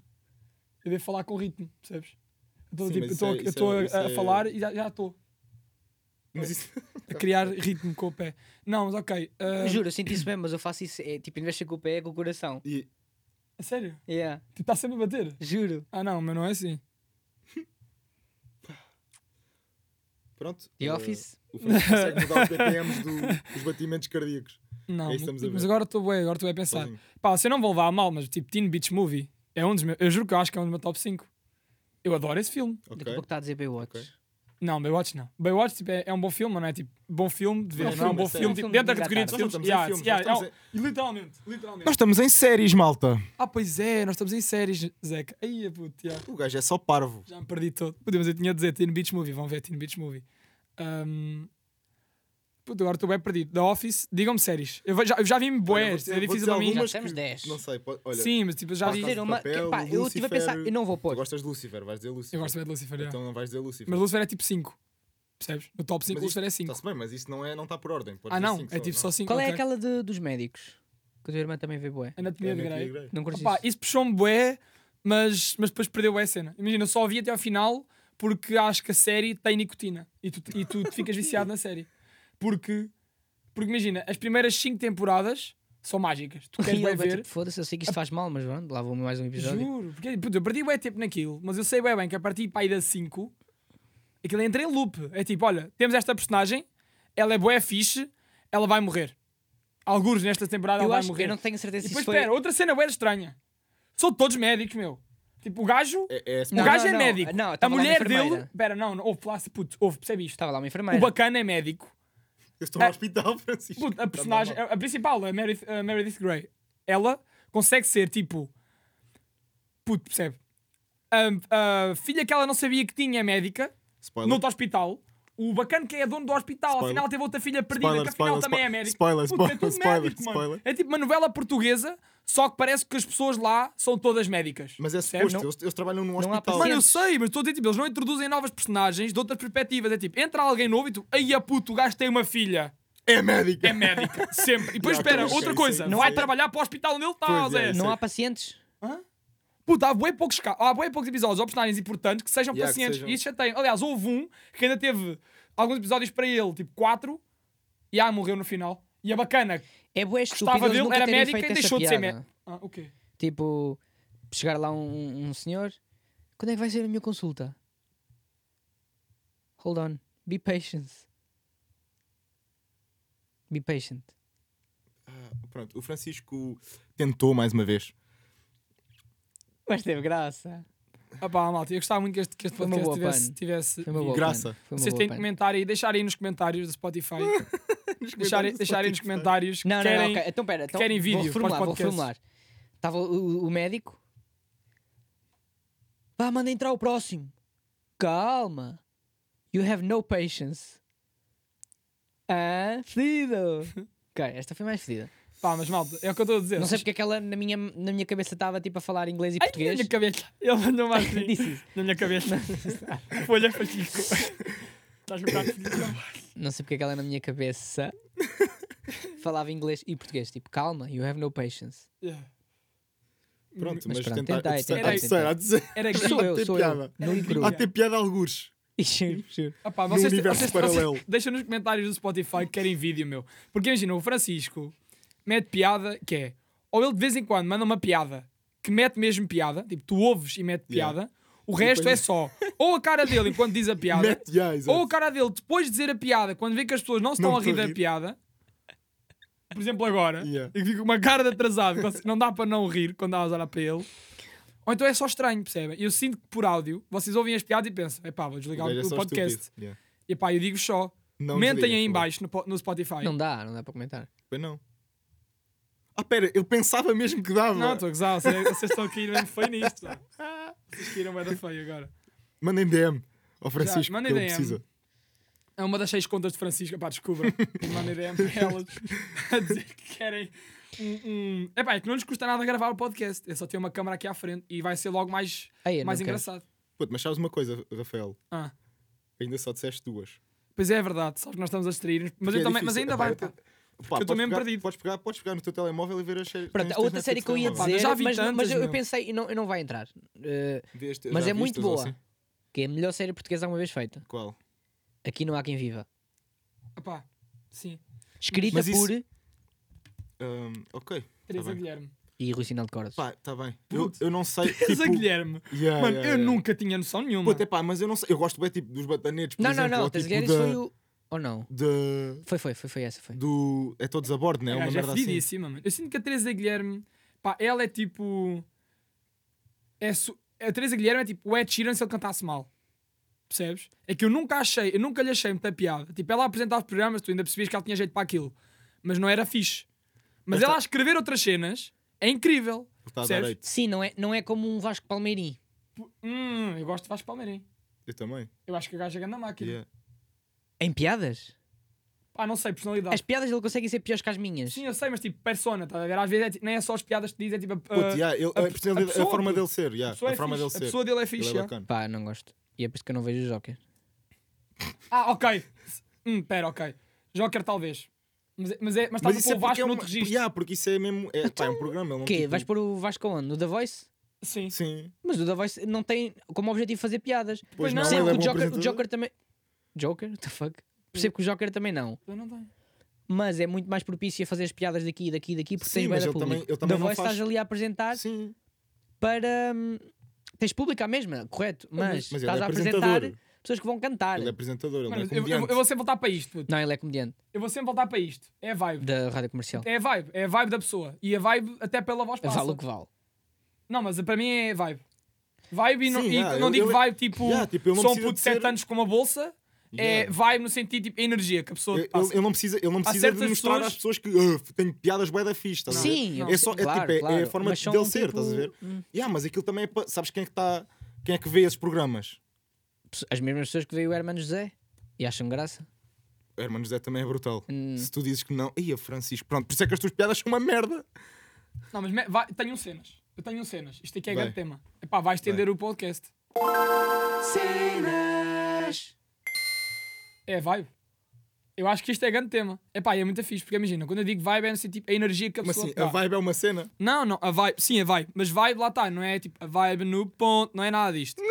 Eu devo falar com ritmo, percebes? Eu estou Sim, tipo, mas eu estou a- isso é- eu estou isso a, é- a falar e já já estou Mas isso- a criar ritmo com o pé. Não, mas ok. Eh, ah, Juro, eu sinto isso mesmo, mas eu faço isso. É, tipo, em vez de ser com o pé, é com o coração. e- a sério? Yeah. Tipo, está sempre a bater? Juro. Ah, não, mas não é assim. pronto. The uh, Office? O Francisco consegue <laughs> mudar os BPMs do- dos batimentos cardíacos. Não, É isso que mas, estamos a ver. mas agora estou bem, agora estou bem a pensar. Sozinho. Pá, se eu não vou levar a mal, mas tipo Teen Beach Movie é um dos meus. Eu juro que eu acho que é um dos meus top 5. Eu adoro esse filme. Ok. Daqui a pouco está a dizer Baywatch. Ok. Não, Baywatch não. Baywatch tipo, é, é um bom filme, mas não é tipo bom filme de ver. É um não é um filme, bom é sério. filme, É um tipo, filme dentro da de categoria de engatar. filmes. Nós não Yeah, estamos em yeah, filmes, nós é um- Literalmente, literalmente. Nós estamos em séries, malta. Ah, pois é, nós estamos em séries, Zeca. Aí, puto, yeah. O gajo é só parvo. já me perdi todo. Podemos, eu tinha a dizer Teen Beach Movie, vão ver Teen Beach Movie. Ahm, Puto, agora estou bem perdido. The Office, digam-me séries. Eu, ve- já, eu já vi-me Olha, vou boés, dizer- é vou difícil dizer para mim. Já algumas temos 10. Não sei, pode- olha. Sim, mas tipo, eu já Posso vi. dizer Dizer uma. que, Papel, pá, eu estive a pensar. Lucifer. Eu não vou Tu pôr. gostas de Lucifer, vais dizer Lucifer. Eu gosto bem de Lucifer, yeah. Então não vais dizer Lucifer. Mas Lucifer é tipo 5. Percebes? No top 5 Mas Lucifer é isto- 5. Está-se bem, mas isto não está é, não está por ordem. Podes Ah dizer não, cinco é só, tipo não? só 5. Qual é aquela de- dos médicos? Que a tua irmã também vê bué. É Anatomia de Anatomia de Grey. Grey. Não curtes Opá, isso? isso puxou-me bué, mas, mas depois perdeu bué a cena. Imagina, eu só vi até ao final porque acho que a série tem nicotina. E tu, e tu <laughs> te ficas viciado na série. Porque, porque imagina, as primeiras 5 temporadas são mágicas. Tu queres E bué ele vai ver. tipo, Foda-se, eu sei que isto faz mal, mas pronto, lá vou mais um episódio. Juro, porque puto, eu perdi bem tempo naquilo, mas eu sei bem, bem que a partir pá, aí da 5 aquilo entra em loop. É tipo, olha, temos esta personagem, ela é boa, fixe, ela vai morrer. Alguns nesta temporada Eu ela vai acho que morrer. eu não tenho certeza E se isso depois, foi. espera, outra cena bem estranha. São todos médicos, meu. Tipo, o gajo, É, é, o Eh, Não, gajo não, é não. médico. Não, a estava lá uma mulher enfermeira. dele. Pera, não, não, ouve, lá, puto, ouve, percebe isto. Estava lá uma O enfermeira. bacana é médico. Eu estou no É. hospital, <laughs> Francisco. Puto, a personagem, é- a, a principal, a Meredith, a Meredith Grey, ela consegue ser tipo. Puto, percebe? A, a filha que ela não sabia que tinha é médica, Spoiler. no outro hospital. O bacana que é dono do hospital, Spoiler. afinal teve outra filha perdida, Spoiler, que afinal spoiler, também spoiler, é médica. spoiler, Puto, é spoiler, tudo spoiler, médico, mano. spoiler. É tipo uma novela portuguesa, só que parece que as pessoas lá são todas médicas. Mas é percebes? suposto, eles, eles trabalham num Não há hospital. Mano, eu Sentes. sei, mas estou a dizer, tipo, eles não introduzem novas personagens de outras perspectivas. É tipo, entra alguém novo e tu, aí a puto, o gajo tem uma filha. é médico. É médica, sempre. E depois, Já, espera, pois, outra sei, coisa, sei, não sei. vai trabalhar para o hospital onde ele está, Pois é, Zé. sei. Não há pacientes. Puta, há bem poucos, ca- há bué poucos episódios ou personagens importantes que sejam Yeah, que pacientes. sejam. E isso já tem. Aliás, houve um que ainda teve alguns episódios para ele, tipo quatro, e ah, morreu no final. E é bacana, É bué estúpido. gostava eles dele, nunca era terem médica feito e essa deixou de ser piada. médica. Ah, o quê? Tipo, chegar lá um, um senhor. Quando é que vai ser a minha consulta? Hold on. Be patient. Be patient. Pronto, o Francisco tentou mais uma vez. Mas teve graça. Ah, pá, malta, eu gostava muito que este, que este Foi uma podcast boa tivesse. pano. tivesse Foi uma boa Graça. pano. Foi uma Vocês boa têm de pano. comentar aí, deixarem aí nos comentários <laughs> do Spotify. deixarem, comentários do deixarem nos Spotify. comentários que Não, querem. não, não, ok. Então pera, então, querem vou vídeo para os reformular, vou podcasts. reformular. Estava o, o médico. Pá, manda entrar o próximo. Calma. You have no patience. Ah, <laughs> fedido. ok, esta foi mais fedida. Pá, mas malta, é o que eu estou a dizer. Não sei porque aquela na minha, na minha cabeça estava tipo a falar inglês e Ai, na português. minha cabeça. Ele mandou mais <laughs> assim. Disse isso. Na minha cabeça. <laughs> Folha Francisco. Estás um bocado fodido. Não sei porque aquela na minha cabeça <laughs> falava inglês e português. Tipo, calma, you have no patience. Yeah. Pronto, Mas mas, pronto, tentar. tentei, a terceira- tentei, a terceira, a terceira. <laughs> Era gay. Sou eu, tem sou piada. eu. Não e cru. Há <laughs> de ter piada a algures. Juro, juro. Ah, pá, Num vocês, universo vocês, paralelo. vocês- deixem nos comentários do Spotify que querem vídeo, meu. Porque imagina, o Francisco mete piada que é. Ou ele de vez em quando manda uma piada que mete mesmo piada, tipo, tu ouves e mete piada. Yeah. O resto é depois- só ou a cara dele enquanto <laughs> diz a piada, Mete, yeah, exato. Ou a cara dele, depois de dizer a piada, quando vê que as pessoas não se estão Não a rir estão a da rir. piada, por exemplo, agora, Yeah. e fica uma cara de atrasado, quase- não dá para não rir quando estás a olhar para ele. Ou então é só estranho, percebem? Eu sinto que por áudio vocês ouvem as piadas e pensam: epá, vou O desligar gajo o, é só podcast. estúpido. Yeah. E pá, eu digo só: Não mentem desliga, aí em por favor. baixo no, po- no Spotify. Não dá, não dá para comentar. Pois não. Ah, pera, eu pensava mesmo que dava. Não, estou a gozar, vocês, vocês estão aqui mesmo feio nisto. pá. Vocês caíram bem da feio agora. Mandem DM ao Francisco, mandem que ele DM. precisa. É uma das seis contas de Francisco, <laughs> pá, descubra. Manda ideia para elas a dizer que querem um. um... Epá, é que não lhes custa nada gravar o podcast. É só ter uma câmera aqui à frente e vai ser logo mais, Ah, Aí, é, eu mais não quero. engraçado. Puto, mas sabes uma coisa, Rafael? Ah, Ainda só disseste duas. pois é, é verdade, sabes que nós estamos a distrair mas, Porque eu é também, mas difícil. ainda Epá, vai. eu te- Pá. Pá, eu tô podes mesmo pegar- perdido. Podes pegar, podes pegar no teu telemóvel e ver as séries. Pronto, tens- a tens outra Netflix série que eu ia no telemóvel. dizer, já vi mas, não- tantas, mas eu, eu meu. pensei, e não, eu não vai entrar. Eh, Vês- já mas é vistas muito ou boa. assim? que é a melhor série portuguesa alguma vez feita. Qual? Aqui não há quem viva. Epá, sim, Tá Escrita Mas isso- por. Ahm, ok. Tá Teresa bem. Tipo, Guilherme. E Rui Sinal de Coras. Pá, tá bem. Eu, Puto. eu não sei. Teresa tipo- Guilherme. Yeah, Mano, yeah, eu yeah. nunca tinha noção nenhuma. Puta, epá, mas eu não sei. Eu gosto bem tipo, dos batanetes. por não, exemplo, não, não, ou, Tens tipo, Guedes da- foi o. Ou não? de- Foi, foi, foi, foi essa, foi. do. É todos a bordo, né? A É uma gaja é merda assim. fedidíssima, mano. Eu sinto que a Teresa Guilherme, pá, ela é tipo. É su- A Teresa Guilherme é tipo o Ed Sheeran se ele cantasse mal. Percebes? É que eu nunca achei, eu nunca lhe achei muita piada. Tipo, ela apresentava programas, tu ainda percebias que ela tinha jeito para aquilo. Mas não era fixe. Mas Esta- ela a escrever outras cenas é incrível. Está a dar Percebes? hate. Sim, não é, não é como um Vasco Palmeirim. Hum, eu gosto de Vasco Palmeirim. Eu também. Eu acho que a gaja é grande máquina. Yeah. Em piadas? Pá, não sei, personalidade. As piadas dele conseguem ser piores que as minhas. Sim, eu sei, mas tipo, persona, tá a ver? Às vezes é ti- nem é só as piadas que diz, é tipo. a- Puto, yeah, ele- a- a, personalidade- a a pessoa- forma dele ser. a yeah, pessoa, a forma é dele fixe. ser. a pessoa dele é Ele fixe. é yeah. bacana. Pá, não gosto. E é por isso que eu não vejo o Joker. Ah, ok. Hum, pera, ok. Joker talvez. Mas, é- mas, é, mas estás a pôr o porque Vasco é no uma- outro registro. Yeah, porque isso é mesmo. É, pá, é um programa. ele não, O quê? tipo- Vais pôr o Vasco onde? No The Voice? Sim. Sim. Mas o The Voice não tem como objetivo fazer piadas. Pois não, não, Percebo ele é que o bom Joker, o apresentador. Joker também. Joker? What the fuck? Percebo que o Joker também não. Eu não tenho. Mas é muito mais propício a fazer as piadas daqui e daqui e daqui porque Sim, tens mas bem da ele também- público. ele também da não voz faz- estás ali a apresentar Sim. para. hum, Tens público à mesma, correto? Mas, mas ele estás é a apresentar apresentador. pessoas que vão cantar. Ele é apresentador, ele não é Mano, eu, eu- comediante. eu vou sempre voltar para isto. puto. Não, ele é comediante Eu vou sempre voltar para isto. É a vibe. da rádio comercial. É a vibe. É a É vibe da pessoa. E a vibe até pela voz passa. Vale o que vale. Não, mas para mim é a vibe. Vibe e não, Sim, e yeah, não eu- digo eu- vibe tipo, Yeah, tipo, eu não sou um preciso puto de de 7 ser- anos com uma bolsa. É Yeah. vibe no sentido tipo energia que a pessoa Ele, passa. ele não precisa, ele não precisa de certas mostrar pessoas- às pessoas que "Uf, tenho piadas bué da fixe, estás a ver? Sim, eu é só é, percebo, tipo, é- é claro, a forma mas de são, um dele ser, tipo, estás a ver? Yeah, mas aquilo também é pa- sabes quem é que está, quem é que vê esses programas? As mesmas pessoas que veio o Hermano José e acham graça. O Hermano José também é brutal. Hum. Se tu dizes que não, ia Francisco, pronto, por isso é que as tuas piadas são uma merda. Não, mas me- vai, tenho um cenas. Eu tenho um cenas. Isto aqui é Bem. grande tema. Epá, vai estender o podcast. Cenas! É vibe. Eu acho que isto é grande tema. Epá, e é muito fixe, porque imagina, quando eu digo vibe é no sentido, a energia que a Mas pessoa assim, dá. a vibe é uma cena. Não, não, a vibe, sim, a vibe. Mas vibe lá está, não é tipo a vibe no ponto, não é nada disto.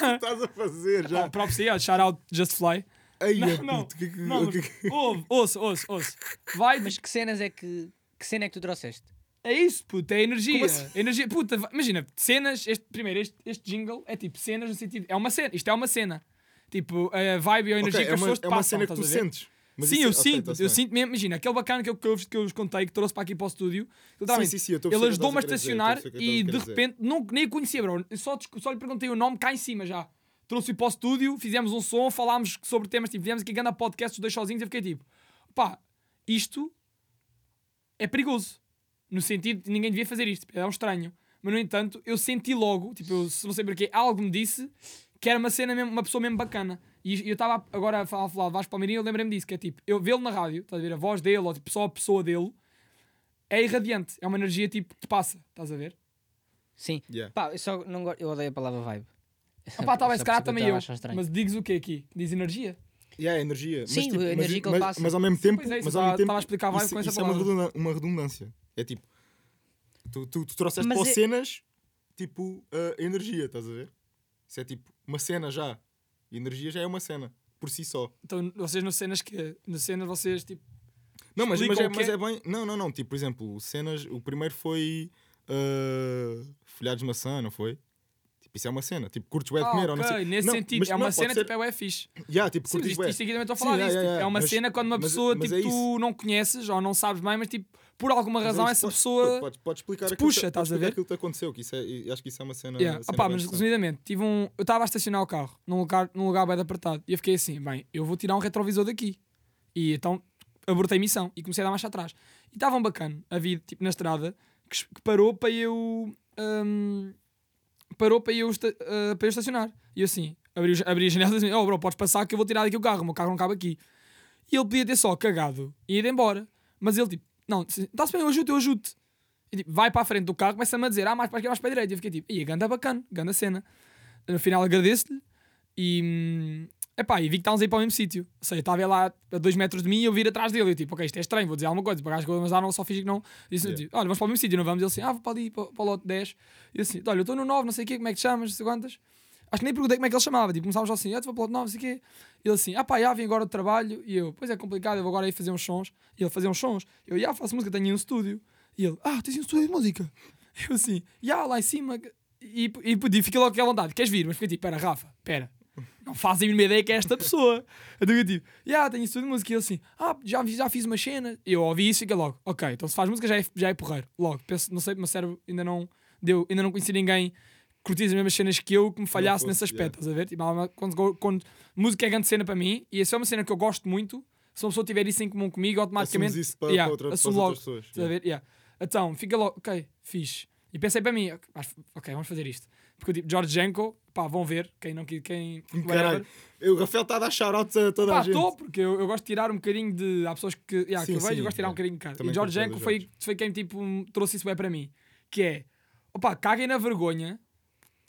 Ah. estás a fazer Já. já. Próprio sim, ó, shout out Just Fly. Aí, Não, puto, <laughs> que- que- não, não, que- é que- mas ouve, ouça, ouça, ouça. Vibe Mas que cenas é que. Que cena é que tu trouxeste? É isso, puta, é energia. Como assim? Energia, puta, va- imagina, cenas, este, primeiro, este, este jingle é tipo cenas no sentido, é uma cena, isto é uma cena. Tipo, a vibe ou a energia Ok, que é as uma, pessoas te é uma passam, cena que tu estás a ver? sentes. Mas Sim, isso- é, eu ok, sinto, tá-se eu bem. sinto mesmo, imagina, aquele bacana que eu, que eu, vos- que eu vos contei, que trouxe para aqui para o estúdio, Sim, totalmente. sim, sim, eu estou a perceber ele o que ajudou-me a estás querer estacionar dizer, eu estou a perceber e o que de estás a querer dizer. repente não, nem o conhecia, bro. Eu Só, discu- só lhe perguntei o nome cá em cima já. Trouxe-o para o estúdio, fizemos um som, falámos sobre temas, tipo, fizemos aqui grande podcast, os dois sozinhos, eu fiquei tipo, pá, isto é perigoso. No sentido de ninguém devia fazer isto, é um estranho. Mas no entanto, eu senti logo, tipo, eu se não sei porquê, algo me disse que era uma cena mesmo, uma pessoa mesmo bacana. E eu estava agora a falar, a falar de Vasco Palmeirinho, eu lembrei-me disso, que é tipo, eu vê-lo na rádio, estás a ver, a voz dele, ou tipo, só a pessoa dele, é irradiante, é uma energia tipo que passa, estás a ver? Sim. Yeah. Pá, eu só não gosto. Eu odeio a palavra vibe. Ah pá, talvez Só se percebi calhar que também estava eu. a achar estranho. Mas digues o que é aqui? Diz energia? E há energia. Sim, mas, tipo, a mas- energia que ele mas- passa. Mas ao mesmo tempo, pois é, isso mas eu ao mesmo tava- tempo tava a explicar a vibe isso, com essa isso é uma, palavra. redunda- uma redundância. É tipo, tu, tu, tu trouxeste Mas para o é- cenas, tipo, a energia, estás a ver? Isso é tipo, uma cena já. E energia já é uma cena, por si só. Então vocês nas cenas que. Nas cenas vocês tipo. Não, mas, mas, Explicam é, o que mas é- é bem... Não, não, não. Tipo, por exemplo, cenas... O primeiro foi... ah, folhados de maçã, não foi? Tipo, isso é uma cena. Tipo, curtes bué de Ah, comer ou não ok, sei... nesse não, sentido, mas é uma não, cena pode ser... tipo, é o fixe. Yeah, tipo, Sim, mas curtes isto, bué. isto aqui também estou a Sim, falar yeah, disto. tipo, yeah, é uma mas- cena quando uma mas- pessoa mas é tipo, isso. tu não conheces ou não sabes bem, mas tipo, por alguma Mas é razão aí essa pode- pessoa. Pode, pode explicar te aquilo puxa, que- estás a pode explicar ver? aquilo que te aconteceu, que isso é, e acho que isso é uma cena. Yeah. cena Opá, bem mas interessante. resumidamente, tive um, eu estava a estacionar o carro num lugar, num lugar bem apertado e eu fiquei assim: bem, eu vou tirar um retrovisor daqui. E então abortei a missão e comecei a dar marcha atrás. E estava um bacana a vir tipo, na estrada que, es- que parou para eu. hum, parou para eu, esta- ah, para eu estacionar. E eu assim, abri, os- abri as janelas e disse: oh bro, podes passar que eu vou tirar daqui o carro, o meu carro não cabe aqui. E ele podia ter só cagado e ido embora. Mas ele tipo: não, está-se bem, eu ajudo, eu ajudo. E, tipo, vai para a frente do carro, começa-me a dizer, ah, mais para aqui, mais para a direita. E eu fiquei tipo, ia, ganda bacana, ganda cena. No final agradeço-lhe e. hum, Epá, e vi que estávamos aí para o mesmo sítio. Ou seja, estava ele lá a dois metros de mim e eu vir atrás dele. Eu tipo, ok, isto é estranho, vou dizer alguma coisa. Para as coisas, mas ah, não, só fingi que não. Disse, Yeah. tipo, olha, vamos para o mesmo sítio, não vamos? Ele assim, ah, vou para ali, para, para o lote 10. E eu assim, olha, eu estou no 9, não sei o quê, como é que te chamas, não sei quantas. Acho que nem perguntei como é que ele chamava. Tipo, começámos assim, ah, tu vou para o lote 9, não sei o quê. E ele assim, ah pá, já vim agora do trabalho. E eu, pois é complicado, eu vou agora aí fazer uns sons. E ele, fazer uns sons? Eu, já faço música, tenho aí um estúdio. E ele, ah, tens aí um estúdio de música? <laughs> Eu assim, já, lá em cima. E, e pedi, fiquei logo com aquela vontade, queres vir? Mas fiquei tipo, pera, Rafa, pera. Não fazem a mínima ideia que é esta pessoa. Então eu tipo, já, tenho estúdio de música. E ele assim, ah, já, vi- já fiz uma cena. Eu ouvi isso e fiquei logo, ok, então se faz música já é, já é porreiro. Logo, penso, não sei, meu cérebro ainda não deu, ainda não conheci ninguém que curtisse as mesmas cenas que eu, que me falhasse fosse, nesse yeah. aspecto, estás a ver? Tipo, há uma- quando, go- quando- música é grande cena para mim, e essa é uma cena que eu gosto muito. Se uma pessoa tiver isso em comum comigo, automaticamente. Assumes isso para- para outra- para as assumo outras logo. pessoas, Estás a yeah. ver? Yeah. Então, fica logo, ok, fixe. E pensei para mim, ok, mas- ok, vamos fazer isto. Porque eu tipo, George Janko, pá, vão ver, quem não <laughs> qui- quem. Caralho, whatever. eu- o Rafael está a dar shoutouts a toda Pá, a gente. estou, porque eu, eu gosto de tirar um bocadinho de. Há pessoas que, yeah, Sim, que eu vejo, sim, eu gosto de tirar yeah. um bocadinho de cara. E Também George concordo, Janko foi, Jorge. foi quem tipo, me trouxe isso bem para mim. Que é, opá, caguem na vergonha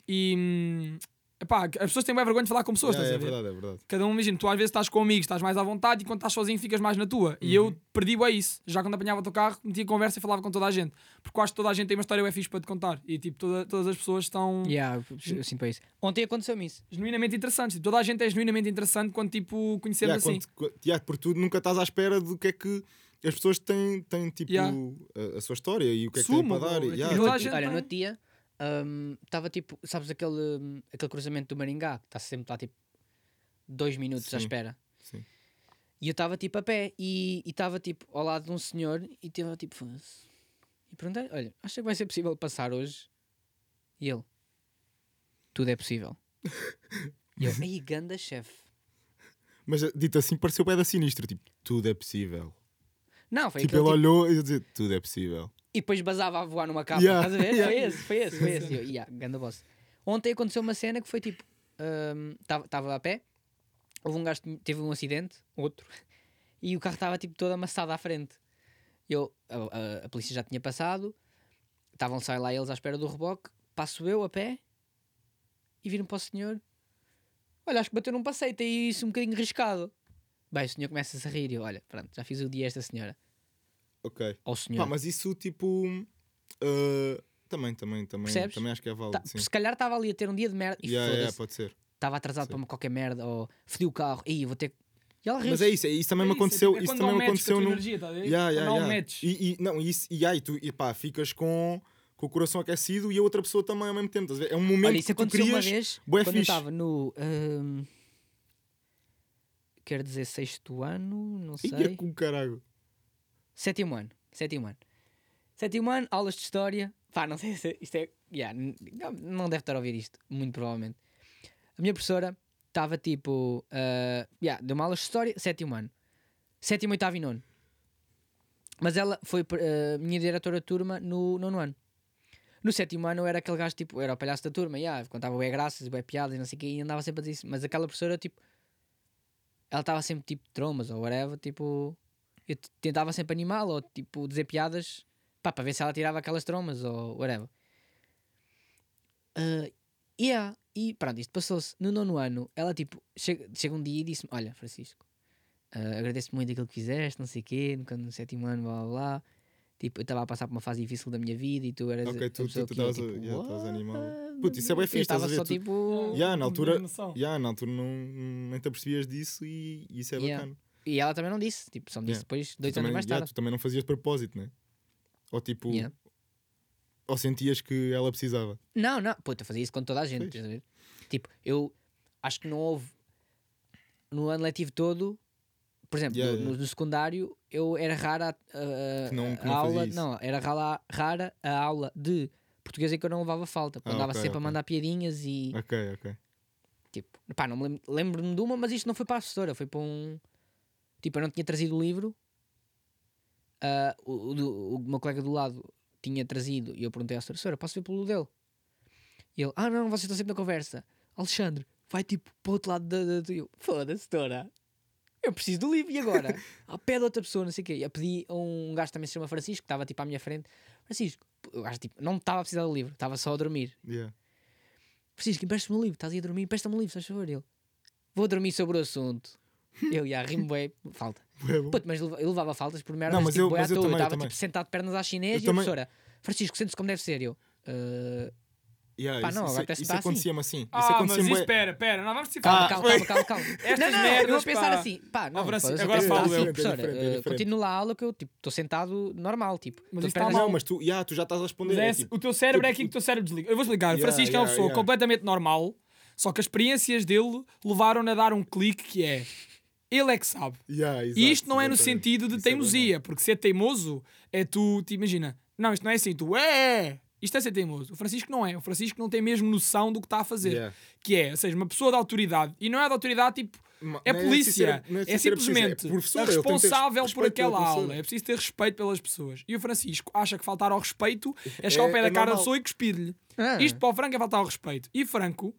e. hum, Epá, as pessoas têm bem vergonha de falar com pessoas, Yeah, estás é a ver? verdade, é verdade. Cada um, imagina, tu às vezes estás com amigos, estás mais à vontade e quando estás sozinho ficas mais na tua. E Uhum. eu perdi bué isso. Já quando apanhava o teu carro, metia conversa e falava com toda a gente. Porque quase toda a gente tem uma história bué fixe para te contar. E tipo, toda- todas as pessoas estão Hum. Yeah, eu- eu sinto para isso. Ontem aconteceu-me isso. genuinamente interessantes. Tipo, toda a gente é genuinamente interessante quando tipo, conhecemos Yeah, assim. quando- quando- yeah, porque tu nunca estás à espera do que é que as pessoas têm, têm tipo, Yeah. a, a sua história e o que é que Sumo, têm para dar. ou- e, ou- yeah, e No toda tipo, a outro- gente olha, tem. no outro dia estava tipo, sabes aquele, hum, aquele cruzamento do Maringá que está sempre lá tipo dois minutos à Sim, espera. sim. E eu estava tipo a pé e estava tipo ao lado de um senhor e teve tipo "Foda-se." e perguntei, olha, acha que vai ser possível passar hoje? E ele, tudo é <laughs> possível. E eu, aí, ganda chefe. Mas eh, dito assim, pareceu bem da sinistro. Tipo, tudo é possível. Não, foi tipo, aquele ele tipo- olhou e dizer, tudo é possível. E depois basava a voar numa capa. Yeah, Estás a ver? yeah. Foi esse, foi esse, foi esse. E Eu, yeah, ganda boss. Ontem aconteceu uma cena que foi tipo: estava a pé, houve um gajo que teve um acidente, outro, <laughs> e o carro estava tipo todo amassado à frente. Eu, a, a- a polícia já tinha passado, estavam sai lá eles à espera do reboque, passo eu a pé e viro para o senhor. Olha, acho que bateu num passeio, tem isso um bocadinho riscado. Bem, o senhor começa a rir e eu, olha, pronto, já fiz o dia a esta senhora. Ok. Ao senhor. Pá, mas isso, tipo. eh, também, também, também. Percebes? Também acho que é válido. Tá, sim. se calhar estava ali a ter um dia de merda e Yeah, yeah, foda-se. pode ser. Estava atrasado para uma qualquer merda ou fodi o carro. E vou ter que. E ela riu. Mas é isso, é- isso também me É aconteceu. é Isso quando há um também me match com a aconteceu tua no. energia, tá a ver? Yeah, yeah, Quando há um yeah. match. E, e- não, isso, e aí tu e pá, ficas com, com o coração aquecido e a outra pessoa também ao mesmo tempo. estás a ver? É um momento Olha, isso que tu aconteceu uma querias. vez bué quando eu fixe. estava no. hum, quer dizer, sexto ano, não Ih, sei. é com caralho. Sétimo ano. Sétimo ano. Sétimo ano, aulas de história. Pá, não sei se isto é. Yeah, n- não- não deve estar a ouvir isto, muito provavelmente. A minha professora estava tipo. ah, yeah, deu-me aulas de história, sétimo ano. Sétimo, oitavo e nono. Mas ela foi ah, minha diretora de turma no nono ano. No sétimo ano eu era aquele gajo tipo, era o palhaço da turma, yeah, contava bem graças, bem piadas, não sei o quê, e andava sempre a dizer isso. Mas aquela professora, tipo, ela estava sempre tipo trombas ou whatever, tipo, eu t- tentava sempre animá-la ou tipo dizer piadas pá, para ver se ela tirava aquelas trombas ou whatever. Ah, yeah, e pronto, isto passou-se. No nono ano, ela tipo, chega, chega um dia e disse-me: Olha, Francisco, ah, agradeço-te muito aquilo que fizeste, não sei o quê, no, no sétimo ano, blá blá blá. Tipo, eu estava a passar por uma fase difícil da minha vida e tu eras. Ok, a tu- pessoa tu- tu que eu, estavas a- yeah, estavas tipo, "What?" animal. Puto, isso é bem Eu fixe, estás a estava ver, só tu- tipo. Yeah, na Não altura- tenho noção. Yeah, não, tu não, nem te apercebias disso e, e isso é Yeah. bacana. E ela também não disse, tipo, só me disse Yeah. depois, Tu dois anos também, mais yeah, tarde. tu também não fazias de propósito, né? Ou tipo. Yeah. Ou sentias que ela precisava. Não, não, puta, eu fazia isso com toda a gente. Pois. estás a ver? Tipo, eu acho que não houve no ano letivo todo, por exemplo, Yeah, no, yeah. no- no secundário, eu era rara a, a- Que não- que a não aula, fazia isso. não, era rara, rara a aula de português em que eu não levava falta, porque Ah, andava ok, sempre a ok. mandar piadinhas e Ok, ok. tipo, pá, não me lembro, lembro-me de uma, mas isto não foi para a assessora, foi para um tipo, eu não tinha trazido o livro. ah, o, o do- o meu colega do lado tinha trazido e eu perguntei à assessora, "Assessora, posso ver pelo dele? E ele, ah não, vocês estão sempre na conversa. Alexandre, vai tipo para o outro lado da. da, da... eu, Foda-se, Dora. Eu preciso do livro e agora? Ao pé de outra pessoa, não sei o quê. Eu pedi a um gajo que também se chama Francisco, que estava tipo à minha frente. Francisco, o gajo tipo, não estava a precisar do livro, estava só a dormir. Yeah. Francisco, empresta-me um livro, estás aí a dormir, empresta-me um livro, se faz favor. Ele, vou dormir sobre o <laughs> assunto. Eu, já, rimo bem, falta. Bué bom. Puto, mas leva- eu levava faltas por merda, Não, mas, mas tipo, eu- bué à mas eu toa. também, eu estava também. tipo sentado de pernas à chinês Eu e também- a professora, Francisco, sente-se como deve ser. Eu, "Ah, Yeah, Pá, isso, não, isso- agora até se isso dá assim. acontecia-me assim. Isso Ah, mas acontecia-me. isso, bué- pera, pera, não vamos se calma, Ah, calma, foi. <laughs> calma, calma, calma. Estas não, não, eu vou merdas, pensar pá. assim, pá, não, Ó, Francisco, foda-se, agora eu fala, assim, é diferente, professora, é diferente, é ah, diferente. continuo na aula que eu, tipo, estou sentado normal, tipo. Mas tô de isto tá pernas à- mal. Não, mas tu, yeah, tu já estás a responder. Mas é é, tipo, o teu cérebro tu- é aqui que o teu cérebro desliga. Eu vou explicar. O Yeah, Francisco é uma yeah, pessoa yeah. completamente normal, só que as experiências dele levaram-no a dar um clique que é ele é que sabe. yeah, E exato, isto não é no exatamente. sentido de Isso é bem teimosia, porque ser teimoso é tu, te imagina, não, isto não é assim, tu é. Isto é ser teimoso. O Francisco não é. O Francisco não tem mesmo noção do que está a mau. fazer. Yeah. Que é, ou seja, uma pessoa de autoridade. E não é de autoridade tipo. Ma- É não polícia. preciso ser- não é, preciso ser preciso, simplesmente professor, a eu tenho que ter responsável por respeito pela aquela professora. aula. É preciso ter respeito pelas pessoas. E o Francisco acha que faltar ao respeito é chegar É- ao pé da é cara da normal. pessoa e cuspir-lhe. Ah. Isto para o Franco é faltar ao respeito. E Franco,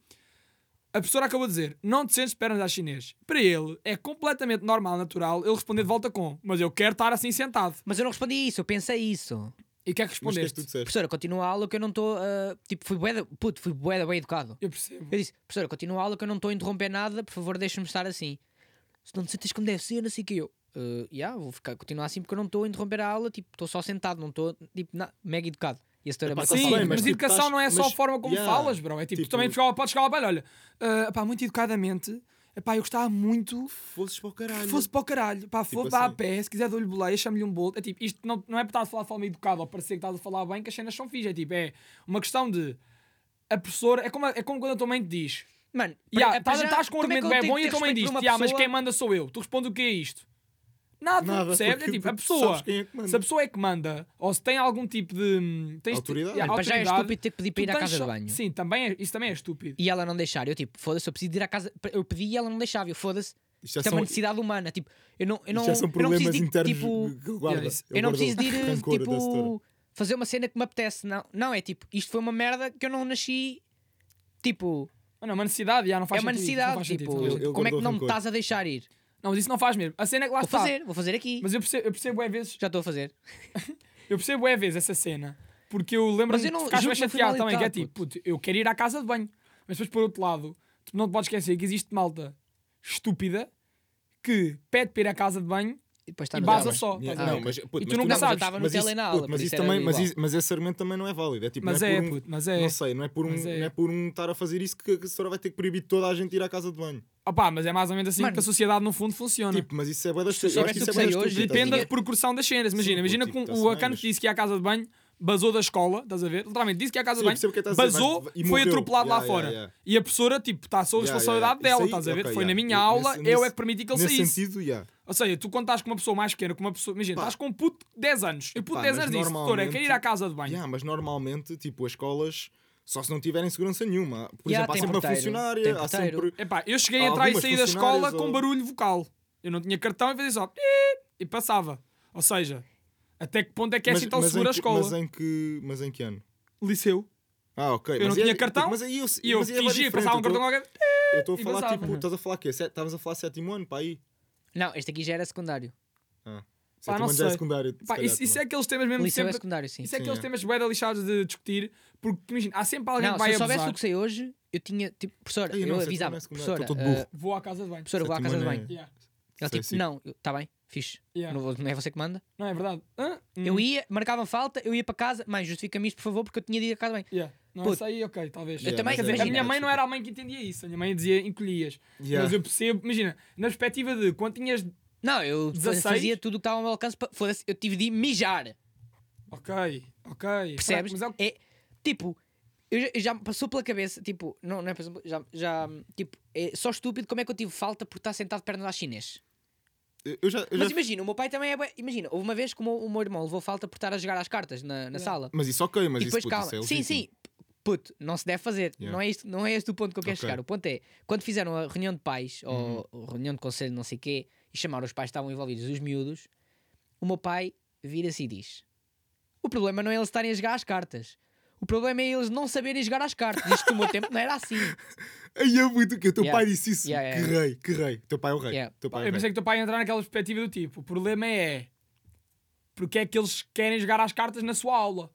a professora acabou de dizer: não te sentes de pernas à chinês. Para ele, é completamente normal, natural, ele responder de volta com: mas eu quero estar assim sentado. Mas eu não respondi isso, eu pensei isso. E o que é que Mas o que é que tu respondeste? disseste? Professora, continua a aula que eu não estou. tipo, fui bué da- puto, fui bué da bem educado. Eu percebo. Eu disse, professora, continua a aula que eu não estou a interromper nada, por favor, deixa-me estar assim. Se não te sentes como deve ser, não sei o que eu. "Ah, yeah, vou ficar, continuar assim porque eu não estou a interromper a aula, tipo, estou só sentado, não estou, tipo, na- mega educado. E a senhora Epá, marcou tá-se Sim, bem, mas, mas tipo, educação estás- não é só a mas- forma como yeah. falas, bro. É tipo, tu Tipo- também chegava- podes chegar lá, "Olha, olha, ah, pá, muito educadamente, pá, eu gostava muito Fosses para o que caralho. fosse para o caralho, pá, Tipo for pá a assim. pé, se quiser dou-lhe boleia, chame-lhe um bolo. É tipo, isto não, não é por estar a falar de forma educada ou parecer que estás a falar bem que as cenas são fixe. É tipo, é uma questão de. A professora. É como, é como quando a tua mãe te diz. Mano, para- "Ya, para Estás já, estás com um como é que argumento eu bem tenho bom que e a ter tua mãe respeito diz por uma "Ya, mas pessoa?" quem manda sou eu. Tu respondes o que é isto? Nada, Nada, percebes? É porque tipo, a tu pessoa, sabes quem é que manda. se a pessoa é que manda, ou se tem algum tipo de. hum, Tens Autoridade. Yeah, Mano, para já é autoridade, estúpido ter que pedir tu para ir à tens casa de só- banho. Sim, também é- isso também é estúpido. E ela não deixar. Eu tipo, foda-se, eu preciso ir à casa. Eu pedi e ela não deixava. Eu foda-se. Isto já Isto é são- uma necessidade humana. Tipo, eu não. Eu não Isto já são eu não problemas preciso de, internos tipo, que ele guarda. eu Eu não preciso de ir guardo <laughs> rancor dessa história. tipo, fazer uma cena que me apetece, não. Não, é tipo, isto foi uma merda que eu não nasci. Tipo, Mano, é uma necessidade, já não faz é uma sentido, necessidade. Não, faz sentido, tipo, não faz Eu- sentido. eu como é que guardo não me rancor. estás a deixar ir? Não, mas isso não faz mesmo. A cena é que lá Vou está. fazer, vou fazer aqui. Mas eu percebo, eu percebo é vezes, Já estou a fazer. eu percebo é vezes essa cena. Porque eu lembro-me Mas eu que tu não- ficaste juro bem que não fui chateado também, que é malditado, tipo, puto, eu quero ir à casa de banho. Mas depois por outro lado, tu não te podes esquecer que existe malta estúpida que pede para ir à casa de banho E depois está E no vaza drama. só. Yeah, estás a não, ver? mas, puto, E tu mas nunca Não, mas eu sabes. estava no Mas isso, telenada. puto, mas, por isso era também, mas, igual. isso- mas esse argumento também não é válido. É tipo, Mas não é, é, por um- puto, mas é. Não sei, não é por, um, Mas é. não é por um estar a fazer isso que a senhora vai ter que proibir toda a gente ir à casa de banho. Opá, mas é mais ou menos assim Mano. que a sociedade no fundo funciona. Tipo, mas isso é bué das Se tu Eu acho que soubesse isso o que é bué sei das hoje, estúpido, Depende estás a da proporção das cenas. Imagina, Sim, imagina pô, que tipo, o tá-se bem, Acano mas- disse que ia à casa de banho, basou da escola, estás a ver? Literalmente, disse que ia à casa Sim, de eu percebo o que banho, estás a dizer, basou, mas- e foi morreu. atropelado lá Yeah, fora. yeah, yeah. E a professora, tipo, está sob a Yeah, responsabilidade yeah, yeah. dela, Isso aí, estás a ver? ok, foi na yeah. minha Nesse- aula, eu é nesse- que permiti que ele Nesse saísse. sentido, yeah. Ou seja, tu quando estás com uma pessoa mais pequena, com uma pessoa. Imagina, Pá. estás com um puto de 10 anos. E o puto Pá, de 10 mas anos disse, doutora, eu normalmente- quero ir à casa de banho. Yeah, mas normalmente, tipo, as escolas, só se não tiverem segurança nenhuma. Por Yeah, exemplo, há tem sempre porteiro, uma funcionária, tem há porteiro. sempre. Epá, eu cheguei Há a entrar e algumas saí da escola funcionárias com ou- barulho vocal. Eu não tinha cartão e fazia só. "Pi", E passava. Ou seja, até que ponto é que é assim tão em segura a que- escola? Mas em que, mas em que ano? Liceu. Ah, ok. Eu mas não aí- tinha cartão mas aí eu, E eu mas aí é bué fingia, diferente, passava um eu cartão tô- qualquer. Eu estou a e falar, passava. tipo, estás a falar o quê? Sé- Estavas a falar sétimo ano, pá, aí? Não, este aqui já era secundário. Sétimo não ano já é sei. secundário. se Pá, calhar, isso, isso é também. aqueles temas mesmo Liceu é sempre. secundário, sim. Isso é Sim, aqueles é. temas bem lixados de discutir, porque imagina, há sempre alguém Não, que se vai eu soubesse abusar. o que sei hoje, eu tinha, tipo, professora, Ei, eu, não, sétimo ano é avisava. secundário, Professora, estou todo burro. ah, Vou à casa de banho. professora, vou à Sétimo casa de ano é- assim. banho. Yeah, Ele Sei, tipo, sim. não, está bem, fixe. yeah. Não, vou- não é você que manda. Não é verdade? Hã? Hum, Eu ia, marcavam falta, eu ia para casa. Mãe, justifica-me isto, por favor, porque eu tinha de ir a casa bem. yeah. Não, Puto. isso aí, ok, talvez. Eu também, mas quer é- dizer, A minha imagina. mãe não era a mãe que entendia isso. A minha mãe dizia encolhias. Yeah. Mas eu percebo, imagina, na perspectiva de quando tinhas. Não, eu 16? fazia tudo o que estava ao meu alcance. Para, foda-se, eu tive de ir mijar. Ok, ok. Percebes? é, Mas é o que. É tipo, eu já, eu já me passou pela cabeça, tipo, não, não é passou, já, já, tipo, é só estúpido como é que eu tive falta por estar sentado de pernas às chinês. Eu já. eu Mas já- imagina, o meu pai também é. bué- Imagina, houve uma vez que o meu, o meu irmão levou falta por estar a jogar às cartas na, na sala. Mas isso, ok, mas e depois isso, puto, calma. isso é sim, legítimo. sim. Puto, não se deve fazer. Yeah. Não, é isto, não é este o ponto que eu quero Ok. Uhum. chegar. O ponto é, quando fizeram a reunião de pais ou, ou reunião de conselho, não sei quê, e chamaram os pais que estavam envolvidos, os miúdos, o meu pai vira-se e diz: O problema não é eles estarem a jogar às cartas. O problema é eles não saberem jogar às cartas. Isto no meu tempo não era assim. Ai, é muito que o teu Yeah. pai disse isso. Yeah, yeah, que rei, que rei. Teu pai é o rei. Yeah. Teu pai é Eu o pensei rei. que o teu pai ia entrar naquela perspectiva do tipo: o problema é. Porque é que eles querem jogar às cartas na sua aula?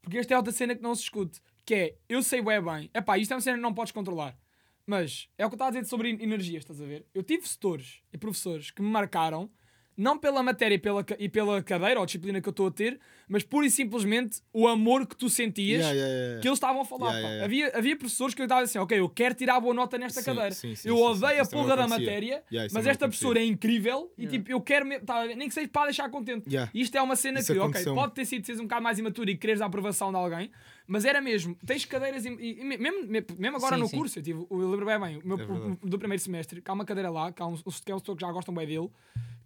Porque esta é outra cena que não se discute. Que é, eu sei bué bem. Epá, isto é uma cena que não podes controlar. Mas é o que eu estava a dizer sobre en- energias, estás a ver? Eu tive setores e professores que me marcaram, não pela matéria e pela, ca- e pela cadeira ou disciplina que eu estou a ter, mas pura e simplesmente o amor que tu sentias Yeah, yeah, yeah, yeah. que eles estavam a falar. Yeah, pá. yeah, yeah. Havia, havia professores que eu estava assim, ok, eu quero tirar boa nota nesta Sim, cadeira. sim, sim, eu sim, odeio sim, a isso também porra da acontecia. matéria, Yeah, isso mas também esta acontecia. professora é incrível e Yeah. tipo, eu quero mesmo, tá, a ver? nem que seja para a deixar contente. Yeah. E isto é uma cena Isso que, ok, aconteceu-me. pode ter sido seres um bocado mais imaturo e quereres a aprovação de alguém, mas era mesmo, tens cadeiras, e, e- e me- mesmo, me- mesmo agora Sim, no sim. curso, eu, tive, eu lembro bem, bem o meu- É verdade. o- do primeiro semestre, que há uma cadeira lá, que há um, que é um setor que já gostam bem dele,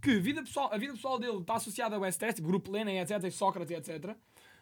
que vida pessoal, a vida pessoal dele está associada ao STS, tipo Grupo Lena, e etc, e Sócrates, e etc.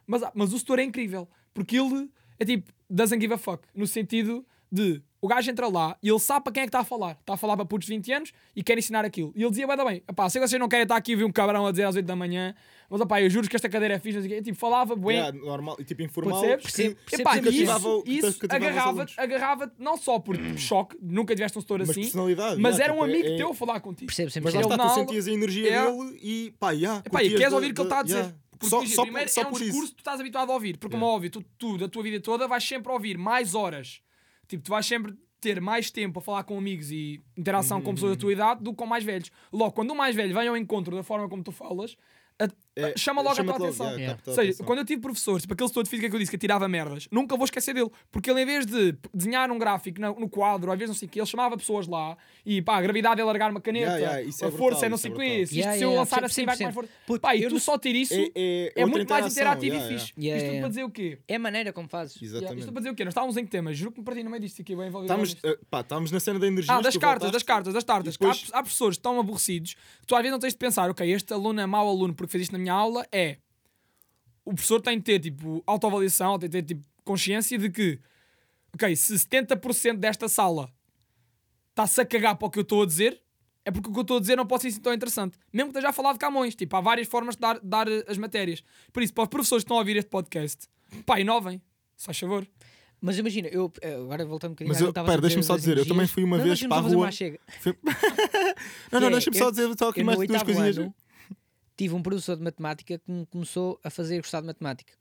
Mas, mas o setor é incrível, porque ele é tipo, doesn't give a fuck, no sentido de, o gajo entra lá e ele sabe para quem é que está a falar. Está a falar para putos de 20 anos e quer ensinar aquilo. E ele dizia, tá bem, bem, pá, sei que vocês não querem estar aqui e ouvir um cabrão a dizer às 8 da manhã, mas opá, eu juro que esta cadeira é fixe, não sei o quê. E, tipo, falava, bué, Yeah, normal, e tipo informal. Percebes? que- Percebo, percebo Epá, sempre que isso. ativava o- isso, que ativava isso os alunos. agarrava-te agarrava não só por choque, nunca tiveste um setor Hum. Mas assim, personalidade, mas yeah, era um tipo, é- amigo é- teu a falar contigo. Percebo sempre. Mas lá Ele está, na tu aula- sentias a energia Yeah. dele e pá, yeah, É. Epá, e curtias queres da- ouvir o que ele está da- a dizer? yeah. Porque, Só, imagina, só, primeiro só é um por discurso isso. que tu estás habituado a ouvir, porque como é óbvio, tu, tu da tua vida toda vais sempre ouvir mais horas. Tipo, tu vais sempre ter mais tempo a falar com amigos e Uhum. interação com pessoas da tua idade do que com mais velhos. Logo, quando o mais velho vem ao encontro da forma como tu falas, a- É, chama logo a chama-te tua atenção. yeah, Yeah. capta a Ou seja, atenção. quando eu tive professores, tipo aquele setor de física que eu disse que eu tirava merdas, nunca vou esquecer dele. Porque ele, em vez de p- desenhar um gráfico na- no quadro, às vezes não sei o que, ele chamava pessoas lá e pá, a gravidade é largar uma caneta, Yeah, yeah, isso é a brutal, força é não isso sei é o que, brutal. se isto Yeah, se eu yeah, lançar assim vai com 100%. mais força. Puto, Pá, e eu tu não- só tira isso, é, é, outra muito mais interação, interativo yeah, e yeah. fixe. yeah. isto tudo Yeah, para dizer o quê? É a maneira como fazes. Yeah, isto é Exatamente. tudo para dizer o quê? Nós estávamos em que temas, juro que me perdi no meio disto aqui, bem envolvido. Estamos, nisto. eh, pá, estamos na cena da energia. Ah, das tu cartas, das voltaste- cartas, das cartas. E depois- Há, há professores tão aborrecidos que tu às vezes não tens de pensar, ok, este aluno é mau aluno porque fez isto na minha aula, é. O professor tem de ter, tipo, autoavaliação, tem de ter, tipo, consciência de que, ok, se 70% desta sala está-se a cagar para o que eu estou a dizer, é porque o que eu estou a dizer não pode ser assim tão interessante. Mesmo que esteja a falar de Camões, tipo, há várias formas de dar, dar eh, as matérias. Por isso, para os professores que estão a ouvir este podcast, pá, inovem, se faz favor. Tá. Mas imagina, eu eh, agora voltando um bocadinho Mas àquilo eu- que estavas a pera, deixa-me só das dizer, eu energias. também fui uma Não, vez deixa-me para só a fazer rua. uma chega. <laughs> Não, não, Que é, deixa-me só eu- dizer só aqui Eu no mais duas oitavo coisinhas. ano tive um professor de matemática que me começou a fazer gostar de matemática.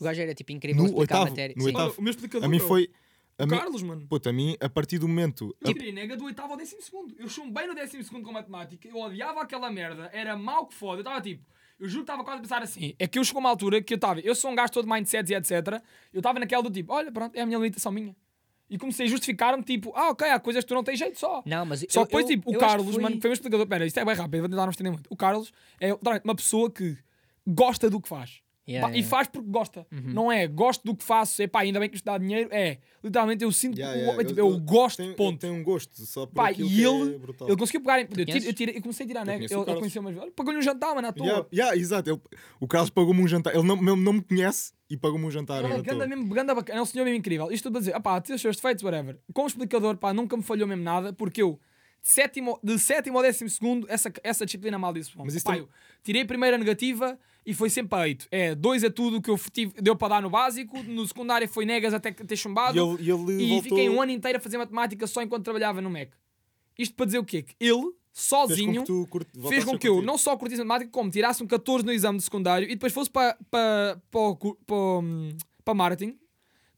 O gajo era tipo incrível No a explicar oitavo, a matéria. no Sim. oitavo. Olha, o meu explicador, A mim meu, foi. A o mim, Carlos, mano. puto, a mim, a partir do momento. Eu tirei nega do oitavo ao décimo segundo. Eu chumbei no décimo segundo com matemática, eu odiava aquela merda, era mau que foda. Eu estava tipo, eu juro que estava quase a pensar assim. É que eu chegou uma altura que eu estava, eu sou um gajo todo de mindsets e etc. Eu estava naquela do tipo, olha, pronto, é a minha limitação minha. E comecei a justificar-me, tipo, ah, ok, há coisas que tu não tens jeito só. Não, mas Só eu- que depois, eu- tipo, o eu acho que Carlos, foi- mano, foi um explicador. Pera, isto é bem rápido, vou tentar não estender muito. O Carlos é literalmente uma pessoa que gosta do que faz. Yeah, Pá, E yeah. Uhum. faz porque gosta. Não é gosto do que faço, é pá, ainda bem que isto dá dinheiro. É, literalmente eu sinto, Yeah, que o yeah, homem, tipo, eu, gosto, tem, ponto. Tem um gosto só por Pá, aquilo e que ele, é brutal. ele conseguiu pegar em. Eu, tiro, conheces? eu, tirei- eu comecei a tirar nega. Ele, conheço o ele Carlos. conheceu umas vezes. Olha, Pagou-lhe um jantar, mano, à toa. Yeah, yeah, exato. ele- o Carlos pagou-me um jantar. Ele não, mesmo não me conhece e pagou-me um jantar. Ele é era todo. ganda mesmo, ganda bacana. É um senhor mesmo incrível. Isto tudo a dizer, ah pá, tem os seus defeitos, whatever. Com o explicador, pá, nunca me falhou mesmo nada, porque eu, de sétimo, de sétimo ao décimo segundo, essa, essa disciplina maldiço. Mas é um isso pá, tam- eu tirei a primeira negativa e foi sempre a 8. É, dois a tudo que eu tive, deu para dar no básico, no secundário foi negas até que ter chumbado. E ele, e ele E voltou. fiquei um ano inteiro a fazer matemática só enquanto trabalhava no MEC. Isto para dizer o quê? Que ele, fez com sozinho, que tu curti- um fez voltasses com a que eu curtir. não só curtisse matemática, como tirasse um 14 no exame de secundário e depois fosse para para para, o cu- para, o, hum, para marketing,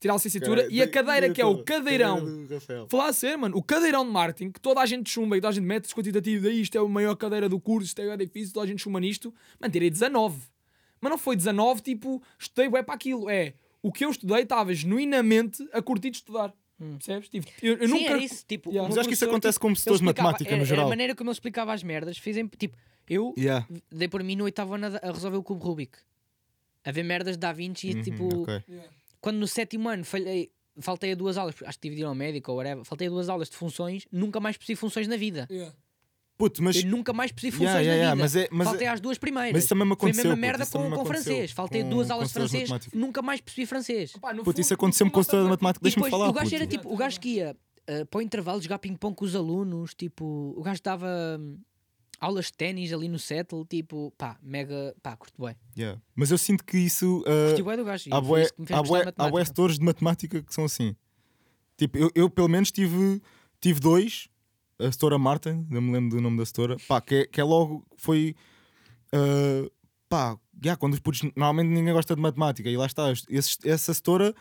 tirar a licenciatura Cara, e a da- cadeira que é o toda. cadeirão. Cadeira do Rafael. Falar a ser, mano, o cadeirão de marketing, que toda a gente chumba e toda a gente mete quantitativo, daí isto é a maior cadeira do curso, isto é bué difícil, toda a gente chuma nisto, mano, tirei 19. Mas não foi 19, tipo, estudei bué para aquilo. É, o que eu estudei estava genuinamente a curtir de estudar. Percebes? Tipo, eu, eu Hum. Sim, nunca. era isso, tipo, Yeah. o Mas Mas meu acho que isso professor, acontece tipo, com ele pessoas de explicava- matemática era- é, no era geral. a maneira como ele explicava as merdas, fizem tipo, eu Yeah. dei por mim no oitavo ano a da- a resolver o cubo Rubik. A ver merdas de Da Vinci, e Uhum, tipo, ok. Yeah. quando no sétimo ano falhei, faltei a duas aulas, acho que tive de ir ao médico ou whatever, faltei a duas aulas de funções, nunca mais preciso funções na vida. Yeah. Puto, mas Eu nunca mais preciso funções Yeah, na yeah, yeah, vida. mas é- mas Faltei é- às duas primeiras. mas isso também me Foi a aconteceu, mesma puto, merda isso também com, me com aconteceu francês. Faltei com- duas com aulas de professores de francês, matemática. nunca mais percebi francês. Pá, no Puto, isso fundo, aconteceu-me com o nós setor de estamos a- matemática. E Deixa-me depois falar. um o gajo puto. é era tipo, o gajo que ia eh, para o intervalo jogar ping-pong com os alunos, tipo, o gajo dava hum, aulas de ténis ali no settle, tipo, pá, mega, pá, curto bem. Yeah. Mas eu sinto que isso. ah, Curti bem do gajo. e há foi bué, isso que me fez há gostar bué, de há bué matemática. setores de matemática que são assim. Tipo, eu, eu pelo menos tive, tive dois. A setora Marta, não me lembro do nome da setora. Pá, que, é- que é logo, foi... ah, pá, já, quando os putos... Normalmente ninguém gosta de matemática. E lá está, est- esses- essa setora,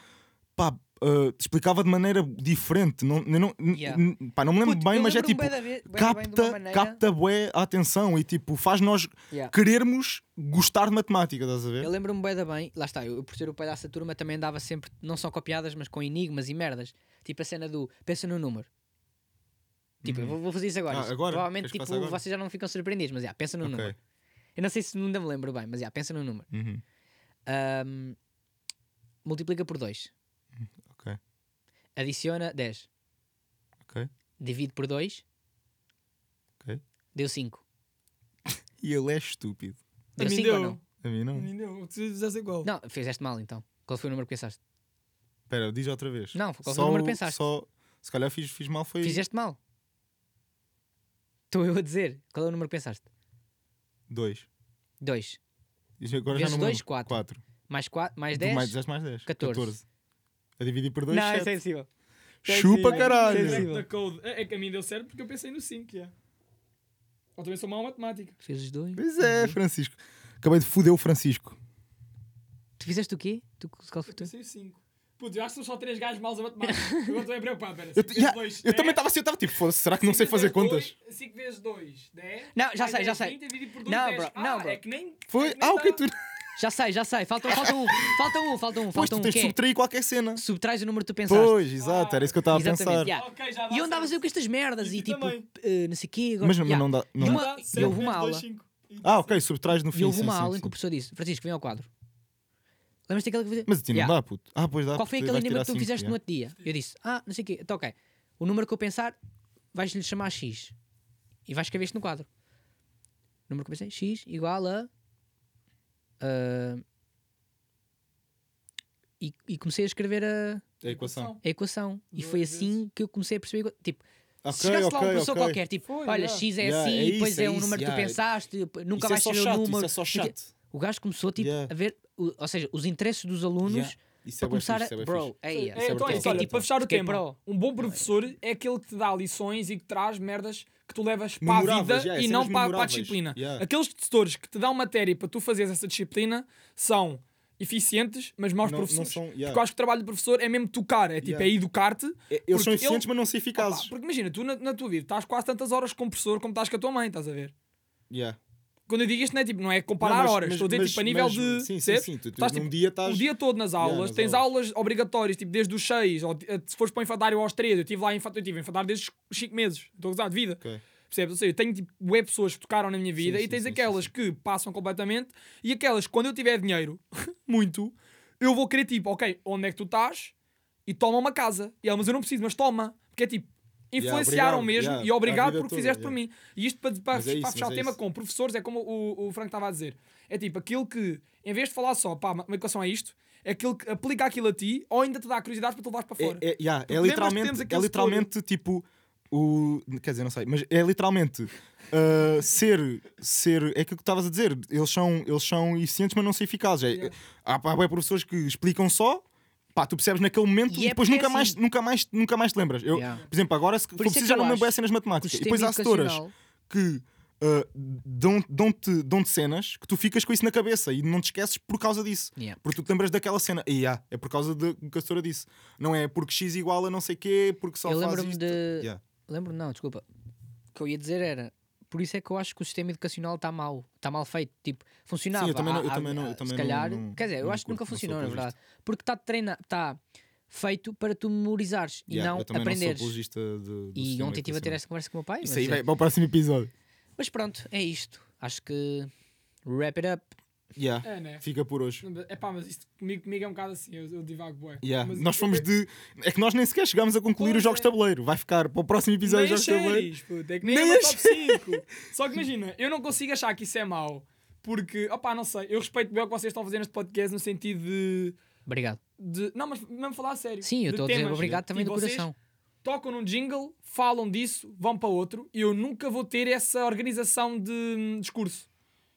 pá, ah, te explicava de maneira diferente. Não, eu não, n- Yeah. n- pá, não me lembro Puto, bem, eu mas é tipo... lembro-me bué da vez- bué da bem de uma Capta, maneira- capta bué a atenção e tipo, faz nós Yeah. querermos gostar de matemática, estás a ver? Eu lembro-me bem da bem, lá está, eu por ser o pai dessa turma também andava sempre, não só copiadas, mas com enigmas e merdas. Tipo a cena do pensa no número. Tipo, eu vou, vou fazer isso agora. Ah, Isto agora? Provavelmente Queres que tipo, faça agora? vocês já não ficam surpreendidos, mas já, pensa no Ok. número. Eu não sei se ainda me lembro bem, mas já, pensa no número. Uhum, Ahm, multiplica por 2. ok, Adiciona 10. ok. Divide por 2. Ok. Deu 5. E ele é estúpido. A Deu mim 5 ou deu. não? A mim não. Não, já sei qual. Não, fizeste mal então. Qual foi o número que pensaste? Espera, diz outra vez. Não, qual foi o número que pensaste? Só, se calhar fiz, fiz mal, foi Fizeste mal. Estou eu a dizer. Qual é o número que pensaste? dois. 2. E Agora Vezes já não me dois, lembro. quatro. Quatro. Mais 4, mais Tu 10. Mais 10 mais 10. 14. A dividir por dois Não, sete. isso é impossível. Chupa sim, caralho. sim, sim. Da code. É, é que a mim deu certo porque eu pensei no 5, já. Ou também sou mau em matemática. Fez os dois. Pois é, Francisco. Acabei de foder o Francisco. Tu fizeste o quê? Tu, qual foi Eu o teu? pensei no 5. Putz, eu acho que são só três gajos maus a <laughs> matemática. Eu estou bem preocupado, pera. Eu, cinco te- vezes yeah, dois, eu dez. também estava assim, eu estava tipo, foda-se, será que não Cinco sei fazer vezes dois, contas? cinco vezes dois, dez. Não, já Mais sei, já dez, sei. trinta, dividido por dois, Não, dez. bro, Ah, não, bro. É que nem. é Foi, que nem ah, ok, dá. tu. Já sei, já sei. Falta, falta <laughs> um, falta um, falta um, Pois falta tu um. tens de que é? subtrair qualquer cena. Subtrais o número que tu pensaste. Pois, Tá exato, era isso que eu estava a Exatamente, pensar. yeah. Ok, já Ah, dá E eu andava a seis. fazer com estas merdas E e tu tipo, também. eh, não sei o quê. Agora, Mas não yeah. não dá. não E dá. uma- Dá e seis houve uma vezes dois, aula. cinco. E Ah, ok, subtrais no fim. E houve sim, uma sim, aula em sim. que o professor disse: Francisco, vem ao quadro. Lembras-te daquela que eu fiz? Mas a ti não Yeah. dá, puto. Ah, pois dá. Qual foi porque aquele vais tirar número que tu cinco, fizeste yeah. no outro dia? Eu disse: Ah, não sei o quê. Então, ok. O número que eu pensar, vais-lhe chamar X. E vais escrever isto no quadro. O número que eu pensei: X igual a. ah, e, e comecei a escrever a, É a equação. a equação. E Duas foi vezes. assim que eu comecei a perceber. Tipo, se Ok, chegasse lá um ok, professor ok. qualquer, tipo, Foi, olha, yeah. X é Yeah, assim, é isso, depois é, é um isso, número que yeah. tu pensaste, tipo, nunca Isso vais é só saber o chato, número. isso é só chato. O gajo começou tipo, Yeah. a ver, o- ou seja, os interesses dos alunos Yeah. Isso para é bué começar fixe, isso a. é bué Ah, Bro, fixe. é, É, yeah. Isso é então é brutal. isso, olha, Tipo, para fechar o fiquei tema, pro. um bom professor é aquele que te dá lições e que traz merdas que tu levas para a Memoráveis, vida yeah, e cenas não para, para a memoráveis. disciplina. Yeah. Aqueles tutores que te dão matéria para tu fazeres essa disciplina são eficientes, mas maus Não- não professores. são- yeah. Porque eu acho que o trabalho do professor é mesmo tocar, é tipo, Yeah. é educar-te. É, Eles são porque eficientes, ele- mas não são Opa, eficazes. Porque imagina, tu na, na tua vida estás quase tantas horas com o professor como estás com a tua mãe, estás a ver? Yeah. Quando eu digo isto, não é tipo, não é comparar Não, mas- horas, mas- estou a dizer mas- tipo a nível mas- de. Sim, sim, percebes? sim. Tu, tu, Estás, num tipo, um dia estás. o dia todo nas Yeah, aulas, nas tens aulas. aulas obrigatórias, tipo desde os 6, ou, eh, se fores para o infantário aos 3, eu estive lá em infantário, eu tive em infantário desde os 5 meses, estou a gozar de vida. Ok. Percebes? Ou seja, eu tenho tipo web pessoas que tocaram na minha vida Sim, e sim, tens sim, aquelas sim, que passam completamente e aquelas que quando eu tiver dinheiro, <laughs> muito, eu vou querer tipo, ok, onde é que tu estás? E toma uma casa. E ela, mas eu não preciso, mas toma. Porque é tipo, Yeah, influenciaram obrigado, mesmo yeah, e para a obrigado vida vida porque toda, fizeste yeah. por mim. E isto para, para, Mas é isso, para fechar mas o é tema isso. com professores, é como o, o Franco estava a dizer. É tipo, aquilo que, em vez de falar só, pá, uma equação é isto, é aquilo que aplica aquilo a ti ou ainda te dá curiosidade para tu levares para fora. É, é, yeah, é lembras que temos literalmente, aquele é literalmente tipo. O, quer dizer, não sei, mas é literalmente uh, ser, ser. É aquilo que estavas a dizer. Eles são, eles são eficientes, mas não são eficazes. É, Yeah. Há, há bué professores que explicam só, pá, tu percebes naquele momento E e, é depois porque nunca, é mais, assim. nunca, mais, nunca mais te lembras. Eu, Yeah. Por exemplo, agora se for isso é que preciso já eu não me lembro acho as cenas Que o matemáticas. E sistema depois há setoras educacional- que uh, dão- dão-te dão cenas que tu ficas com isso na cabeça e não te esqueces por causa disso. Yeah. Porque tu te lembras daquela cena. E ah, é por causa do que a senhora disse. Não é porque x igual a não sei quê, porque só Eu faz lembro-me isto. de. Yeah. Lembro-me, não, desculpa. O que eu ia dizer era. Por isso é que eu acho que o sistema educacional está mal, está mal feito. Tipo, funcionava. Sim, eu também não- eu há- há- também não- eu se também não- calhar, não- quer dizer, eu não acho que nunca curto, não sou funcionou, na apologista. verdade. Porque está treinado, está feito para tu memorizares Yeah, e não eu também não aprenderes. sou apologista de, do e sistema ontem estive a ter educacional. essa conversa com o meu pai. Isso mas, aí eh, vai para o <laughs> próximo episódio. mas pronto, é isto. Acho que wrap it up. Yeah. É, né? Fica por hoje. É pá, mas isto comigo, comigo é um bocado assim, eu, eu divago bué. Yeah. Mas Nós eu- fomos eu- de. É que nós nem sequer chegámos a concluir Pois os jogos é. de tabuleiro. Vai ficar para o próximo episódio Nem dos as jogos de tabuleiro. séries, puto, é que nem, Nem é uma as top 5. Só que imagina, eu não consigo achar que isso é mau, porque, opá, não sei, eu respeito bem o que vocês estão a fazer neste podcast no sentido de. Obrigado. de não, mas mesmo falar a sério. Sim, eu de estou a dizer temas. obrigado também E do vocês coração. Tocam num jingle, falam disso, vão para outro, e eu nunca vou ter essa organização de hum, discurso.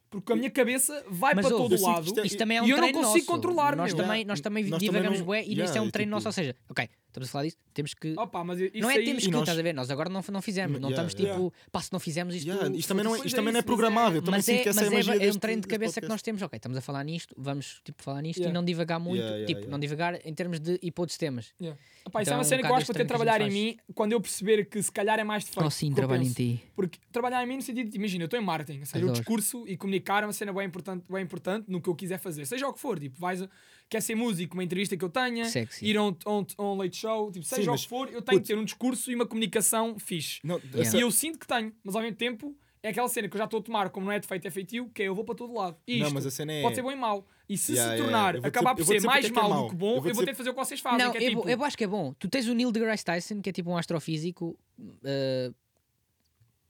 Porque a minha cabeça vai Mas para ouve, eu todo o sinto que lado. isto é- Isto também é um E eu não treino consigo nosso. controlar, nós meu. também Yeah. Nós também Nós também divagamos não- bué e Yeah, isto é um é treino tipo- Oh, nosso. Ou seja, ok, estamos a falar disso, temos que. Opá, mas isso não é aí- temos que, nós- estás a ver? Nós agora não, não fizemos, não Yeah, estamos tipo, pá, se não fizemos isto. Yeah, isto também não é, Pois isto é também não é isso, mas é- programável. Eu também Mas, sinto é, que essa mas é, a magia é, é um deste- treino de deste cabeça que podcast. nós temos. Ok, estamos a falar nisto, vamos tipo, falar nisto Yeah. e não divagar muito, Yeah, yeah, tipo, yeah. não divagar em termos de e para outros temas. Yeah. Epá, isso é Então, uma cena um que eu bocado acho que vou ter de estranho que a trabalhar em gente mim quando eu perceber que se calhar é mais defeito. Oh, sim, do que eu trabalho em penso. ti. Porque trabalhar em mim no sentido de, imagina, eu estou em marketing, ou seja, o Adoro. discurso e comunicar é uma cena bem importante, bem importante no que eu quiser fazer, seja o que for, tipo, vais, a- quer ser músico, uma entrevista que eu tenha, Sexy. ir a um, a um- a um late show, tipo, seja o mas- que for, eu tenho de ter um discurso e uma comunicação fixe. Não, Yeah. essa- E eu sinto que tenho, mas ao mesmo tempo é aquela cena que eu já estou a tomar, como não é defeito, é feitio, que é eu vou para todo lado. E Não, isto mas a cena é- pode ser bom e mau. E se Yeah, yeah, se tornar, yeah. Eu vou acabar dizer- eu vou por ser dizer mais porque é que é mau mau. do que bom, eu Eu vou, vou ter dizer- de fazer o que vocês fazem, não, que é eu, tipo... eu acho que é bom. Tu tens o Neil deGrasse Tyson, que é tipo um astrofísico, eh,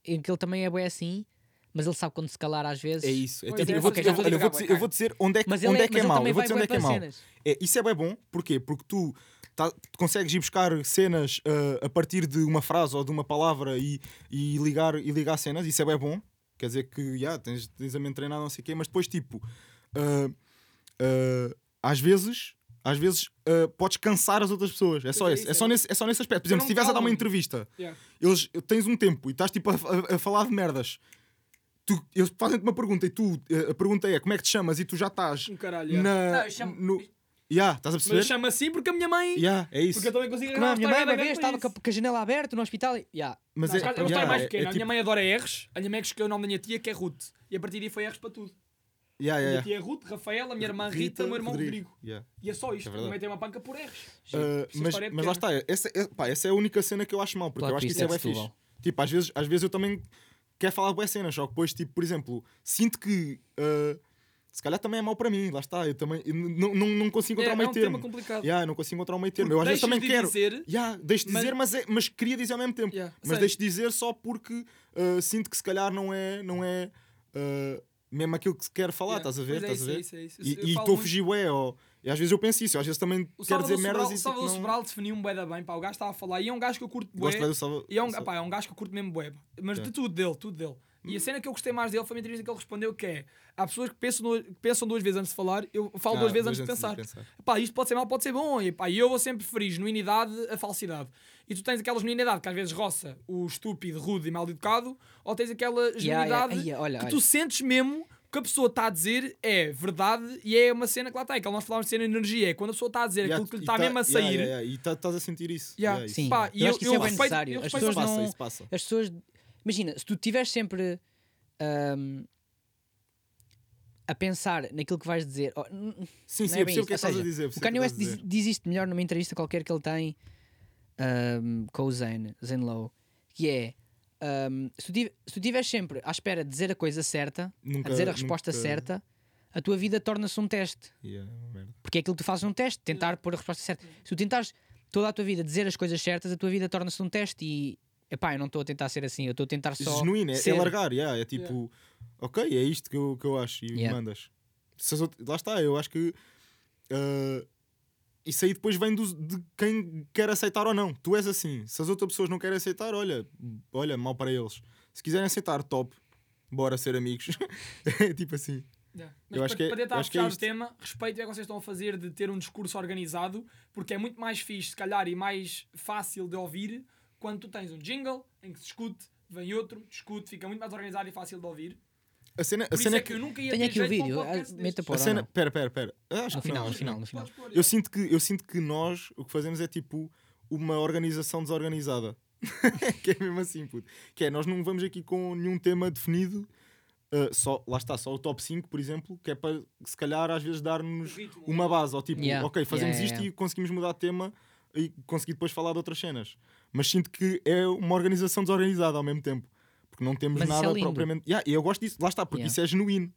em que ele também é bem assim, mas ele sabe quando se calar às vezes. É isso. É Pois tipo, é, eu vou vocês eu vão vou- olha, eu vou jogar, dizer- vai, eu vou dizer onde é que Mas onde ele é que é mas ele mau. também Eu vou vai dizer bué onde é que é para mau. cenas. É, isso é bem bom, porquê? Porque tu tá- tu consegues ir buscar cenas ah, a partir de uma frase ou de uma palavra e, e ligar, e ligar cenas, isso é bem bom. Quer dizer que yeah, tens, tens a mente treinada, não sei o quê, mas depois, tipo, ah, ah, às vezes. Às vezes ah, podes cansar as outras pessoas. É só, é esse, isso, é, é. só nesse, é só nesse aspecto. Por Eu não um exemplo, se estiveres a dar uma calo-me. entrevista Yeah. eles tens um tempo e estás tipo a, a- a falar de merdas. Tu, eles fazem-te uma pergunta e tu eh, a pergunta é como é que te chamas e tu já estás Um caralho, é. na, Não, eu chamo- no- Yeah, estás a Mas eu perceber? chamo assim porque a minha mãe. Yeah, é isso. Porque eu também consigo Como a minha mãe uma vez estava estava com a, com a janela aberta no hospital e. Yeah. Mas é, Mas, é, yeah, mais é- pequena. é a tipo- minha mãe adora R's. A minha mãe escolheu o nome da minha tia, que é Ruth. E a partir daí foi R's para tudo. yeah, A yeah, minha yeah. tia é Ruth, Rafaela, a minha irmã Rita, o meu irmão Rodrigo. Yeah. E é só isto. É a verdade. minha mãe tem uma panca por R's. Uh, Essa mas, história é mas lá pequena. está, essa, é- pá, essa é a única cena que eu acho mal, porque Plot eu acho que twist isso é é bem Setúbal. fixe. Tipo, às vezes, às vezes eu também quero falar boas cenas, só que depois, tipo, por exemplo, sinto que uh, se calhar também é mau para mim, lá está, eu também eu n- não, não, não consigo encontrar o É, é meio um tema termo. complicado. Yeah, não consigo encontrar o meio termo. Eu às Porque vezes também quero. deixas de dizer- Yeah, deixo de mas- dizer, mas, é, mas queria dizer ao mesmo tempo. Yeah, Mas sei. deixo de dizer só porque uh, sinto que se calhar não é, não é uh, mesmo aquilo que se quer falar, Yeah. estás a ver? Pois é estás a isso, ver? é isso, é isso. Eu- eu E estou falo a muito- fugir, ué, ó. E às vezes eu penso isso, eu às vezes também O quero dizer Salvador merdas Sobral, e sinto o que Salvador não- Sobral definiu um bué da bem, pá, o gajo estava a falar, e é um gajo que eu curto bué, Gosto bem do Salva- e é um, do Sa- pá, é um gajo que eu curto mesmo bué, pá. mas É. de tudo dele, tudo dele. E Hum. a cena que eu gostei mais dele foi uma entrevista que ele respondeu que é, há pessoas que pensam, du- que pensam duas vezes antes de falar, eu falo Ah, duas vezes antes de pensar. pensar. Pá, isto pode ser mal, pode ser bom, e pá, e eu vou sempre preferir genuinidade a falsidade. E tu tens aquela genuinidade que às vezes roça o estúpido, rude e mal educado, ou tens aquela yeah, genuinidade yeah, olha, que olha. tu sentes mesmo que a pessoa está a dizer é verdade e é uma cena que lá está. É que nós falámos de cena de energia. É quando a pessoa está a dizer Yeah, aquilo que lhe e está tá- mesmo a yeah, sair. yeah, yeah, E tá- estás a sentir isso. Yeah, Yeah, Sim, isso. Pá, e eu, acho eu- que isso eu é bem respeito- necessário. eu As respeito pessoas Isso bastante. não. passa, isso passa. As pessoas. Imagina, se tu estiveres sempre ahm, a pensar naquilo que vais dizer. oh, n- n- Sim, não sim, é bem eu percebo o que é isso, que ou estás a seja, dizer. eu o percebo Kanye que West estás a diz, dizer. diz isto melhor numa entrevista qualquer que ele tem ahm, com o Zayn, Zayn Lowe, que é. ahm, se tu tiv- se tu estiveres sempre à espera de dizer a coisa certa, Nunca- a dizer a resposta nunca- certa, a tua vida torna-se um teste. Yeah, é uma merda. Porque é aquilo que tu fazes num teste, tentar pôr a resposta certa. Se tu tentares toda a tua vida dizer as coisas certas, a tua vida torna-se um teste e. Epá, eu não estou a tentar ser assim, eu estou a tentar só. Genuíno, é- é ser. largar. yeah, É tipo, ok, é isto que eu que eu acho. E Yeah. mandas. Se as outras- Lá está, eu acho que. uh, Isso aí depois vem do- de quem quer aceitar ou não. Tu és assim. Se as outras pessoas não querem aceitar, olha, olha, mal para eles. Se quiserem aceitar, top. Bora ser amigos. <laughs> É tipo assim. Yeah. Eu Mas acho para, que é- para tentar eu acho que é fechar o isto. tema, respeito é o que vocês estão a fazer de ter um discurso organizado, porque é muito mais fixe, se calhar, e mais fácil de ouvir quando tu tens um jingle em que se discute, vem outro, discute, fica muito mais organizado e fácil de ouvir. A cena, a Por isso cena é que eu nunca ia Tenho ter aqui o jeito para um vídeo, podcast ah, destes. meta A por cena, pera, pera, pera. Eu Acho No que final, não, no acho que final, não. no final. Podes pôr, Eu sinto que eu sinto que nós o que fazemos é tipo uma organização desorganizada. <laughs> que é mesmo assim, puto. Que é nós não vamos aqui com nenhum tema definido. Uh, só, lá está, só o top 5, por exemplo, que é para se calhar às vezes dar-nos Ritmo. uma base, ou tipo, Yeah, ok, fazemos yeah, isto yeah. e conseguimos mudar de tema e conseguir depois falar de outras cenas. Mas sinto que é uma organização desorganizada ao mesmo tempo, porque não temos Mas isso é nada lindo. propriamente. Yeah, e eu gosto disso, lá está, porque Yeah. isso é genuíno.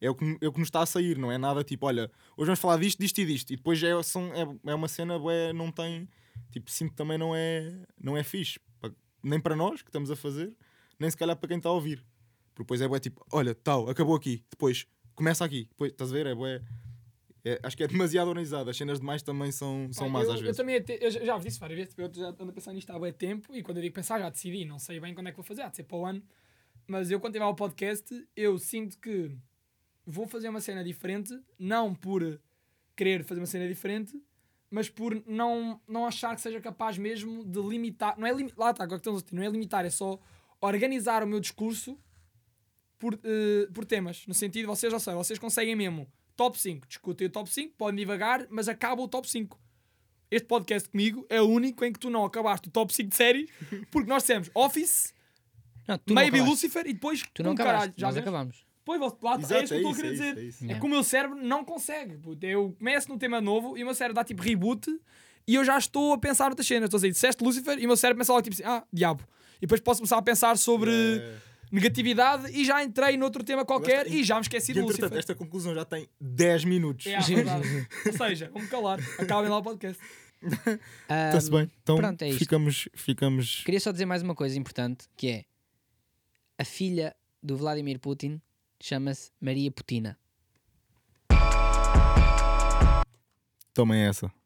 É o, que, é o que nos está a sair, não é nada tipo, olha, hoje vamos falar disto, disto e disto, e depois é, são, é, é uma cena, bué, não tem. Tipo, sinto que também não é, não é fixe, pa- nem para nós que estamos a fazer, nem se calhar para quem está a ouvir. Porque depois é bué tipo, olha, tal, acabou aqui, depois começa aqui, depois, estás a ver? É bué. é- acho que é demasiado organizado, as cenas demais também são, são Pá, más eu, às eu vezes. também até- eu já- já vos disse várias vezes, tipo, eu já ando a pensar nisto há bem tempo e quando eu digo pensar já decidi, não sei bem quando é que vou fazer, há de ser para o ano. Mas eu quando tiver o podcast, eu sinto que vou fazer uma cena diferente, não por querer fazer uma cena diferente, mas por não, não achar que seja capaz mesmo de limitar, não é limitar, lá está, agora que estamos a discutir, não é limitar, é só organizar o meu discurso por, eh, por temas, no sentido, vocês já sabem, vocês conseguem mesmo top 5, discutem o top 5, podem divagar, mas acaba o top 5. Este podcast comigo é o único em que tu não acabaste o top 5 <laughs> de séries, porque nós dissemos Office, Não, tu Maybe não acabaste. Lucifer e depois Tu não pum, acabaste, caralho, já nós vemos? acabamos. Pois, lá, Exato, lá, é isso que é eu estou a isso, querer é isso, dizer. é isso. É que o meu cérebro não consegue. puto. Eu começo num tema novo e o meu cérebro dá tipo reboot e eu já estou a pensar outras cenas. Estou a dizer, disseste Lucifer e o meu cérebro pensa logo tipo assim, ah, diabo. E depois posso começar a pensar sobre É. negatividade e já entrei noutro tema qualquer Gosto- e já me esqueci E de entretanto, Lucifer. esta conclusão já tem 10 minutos. É, é verdade. <laughs> Ou seja, vamos calar. Acabem lá o podcast. Está-se bem. Então pronto, é isto. ficamos. ficamos... Queria só dizer mais uma coisa importante, que é a filha do Vladimir Putin chama-se Maria Putina. Tomem essa.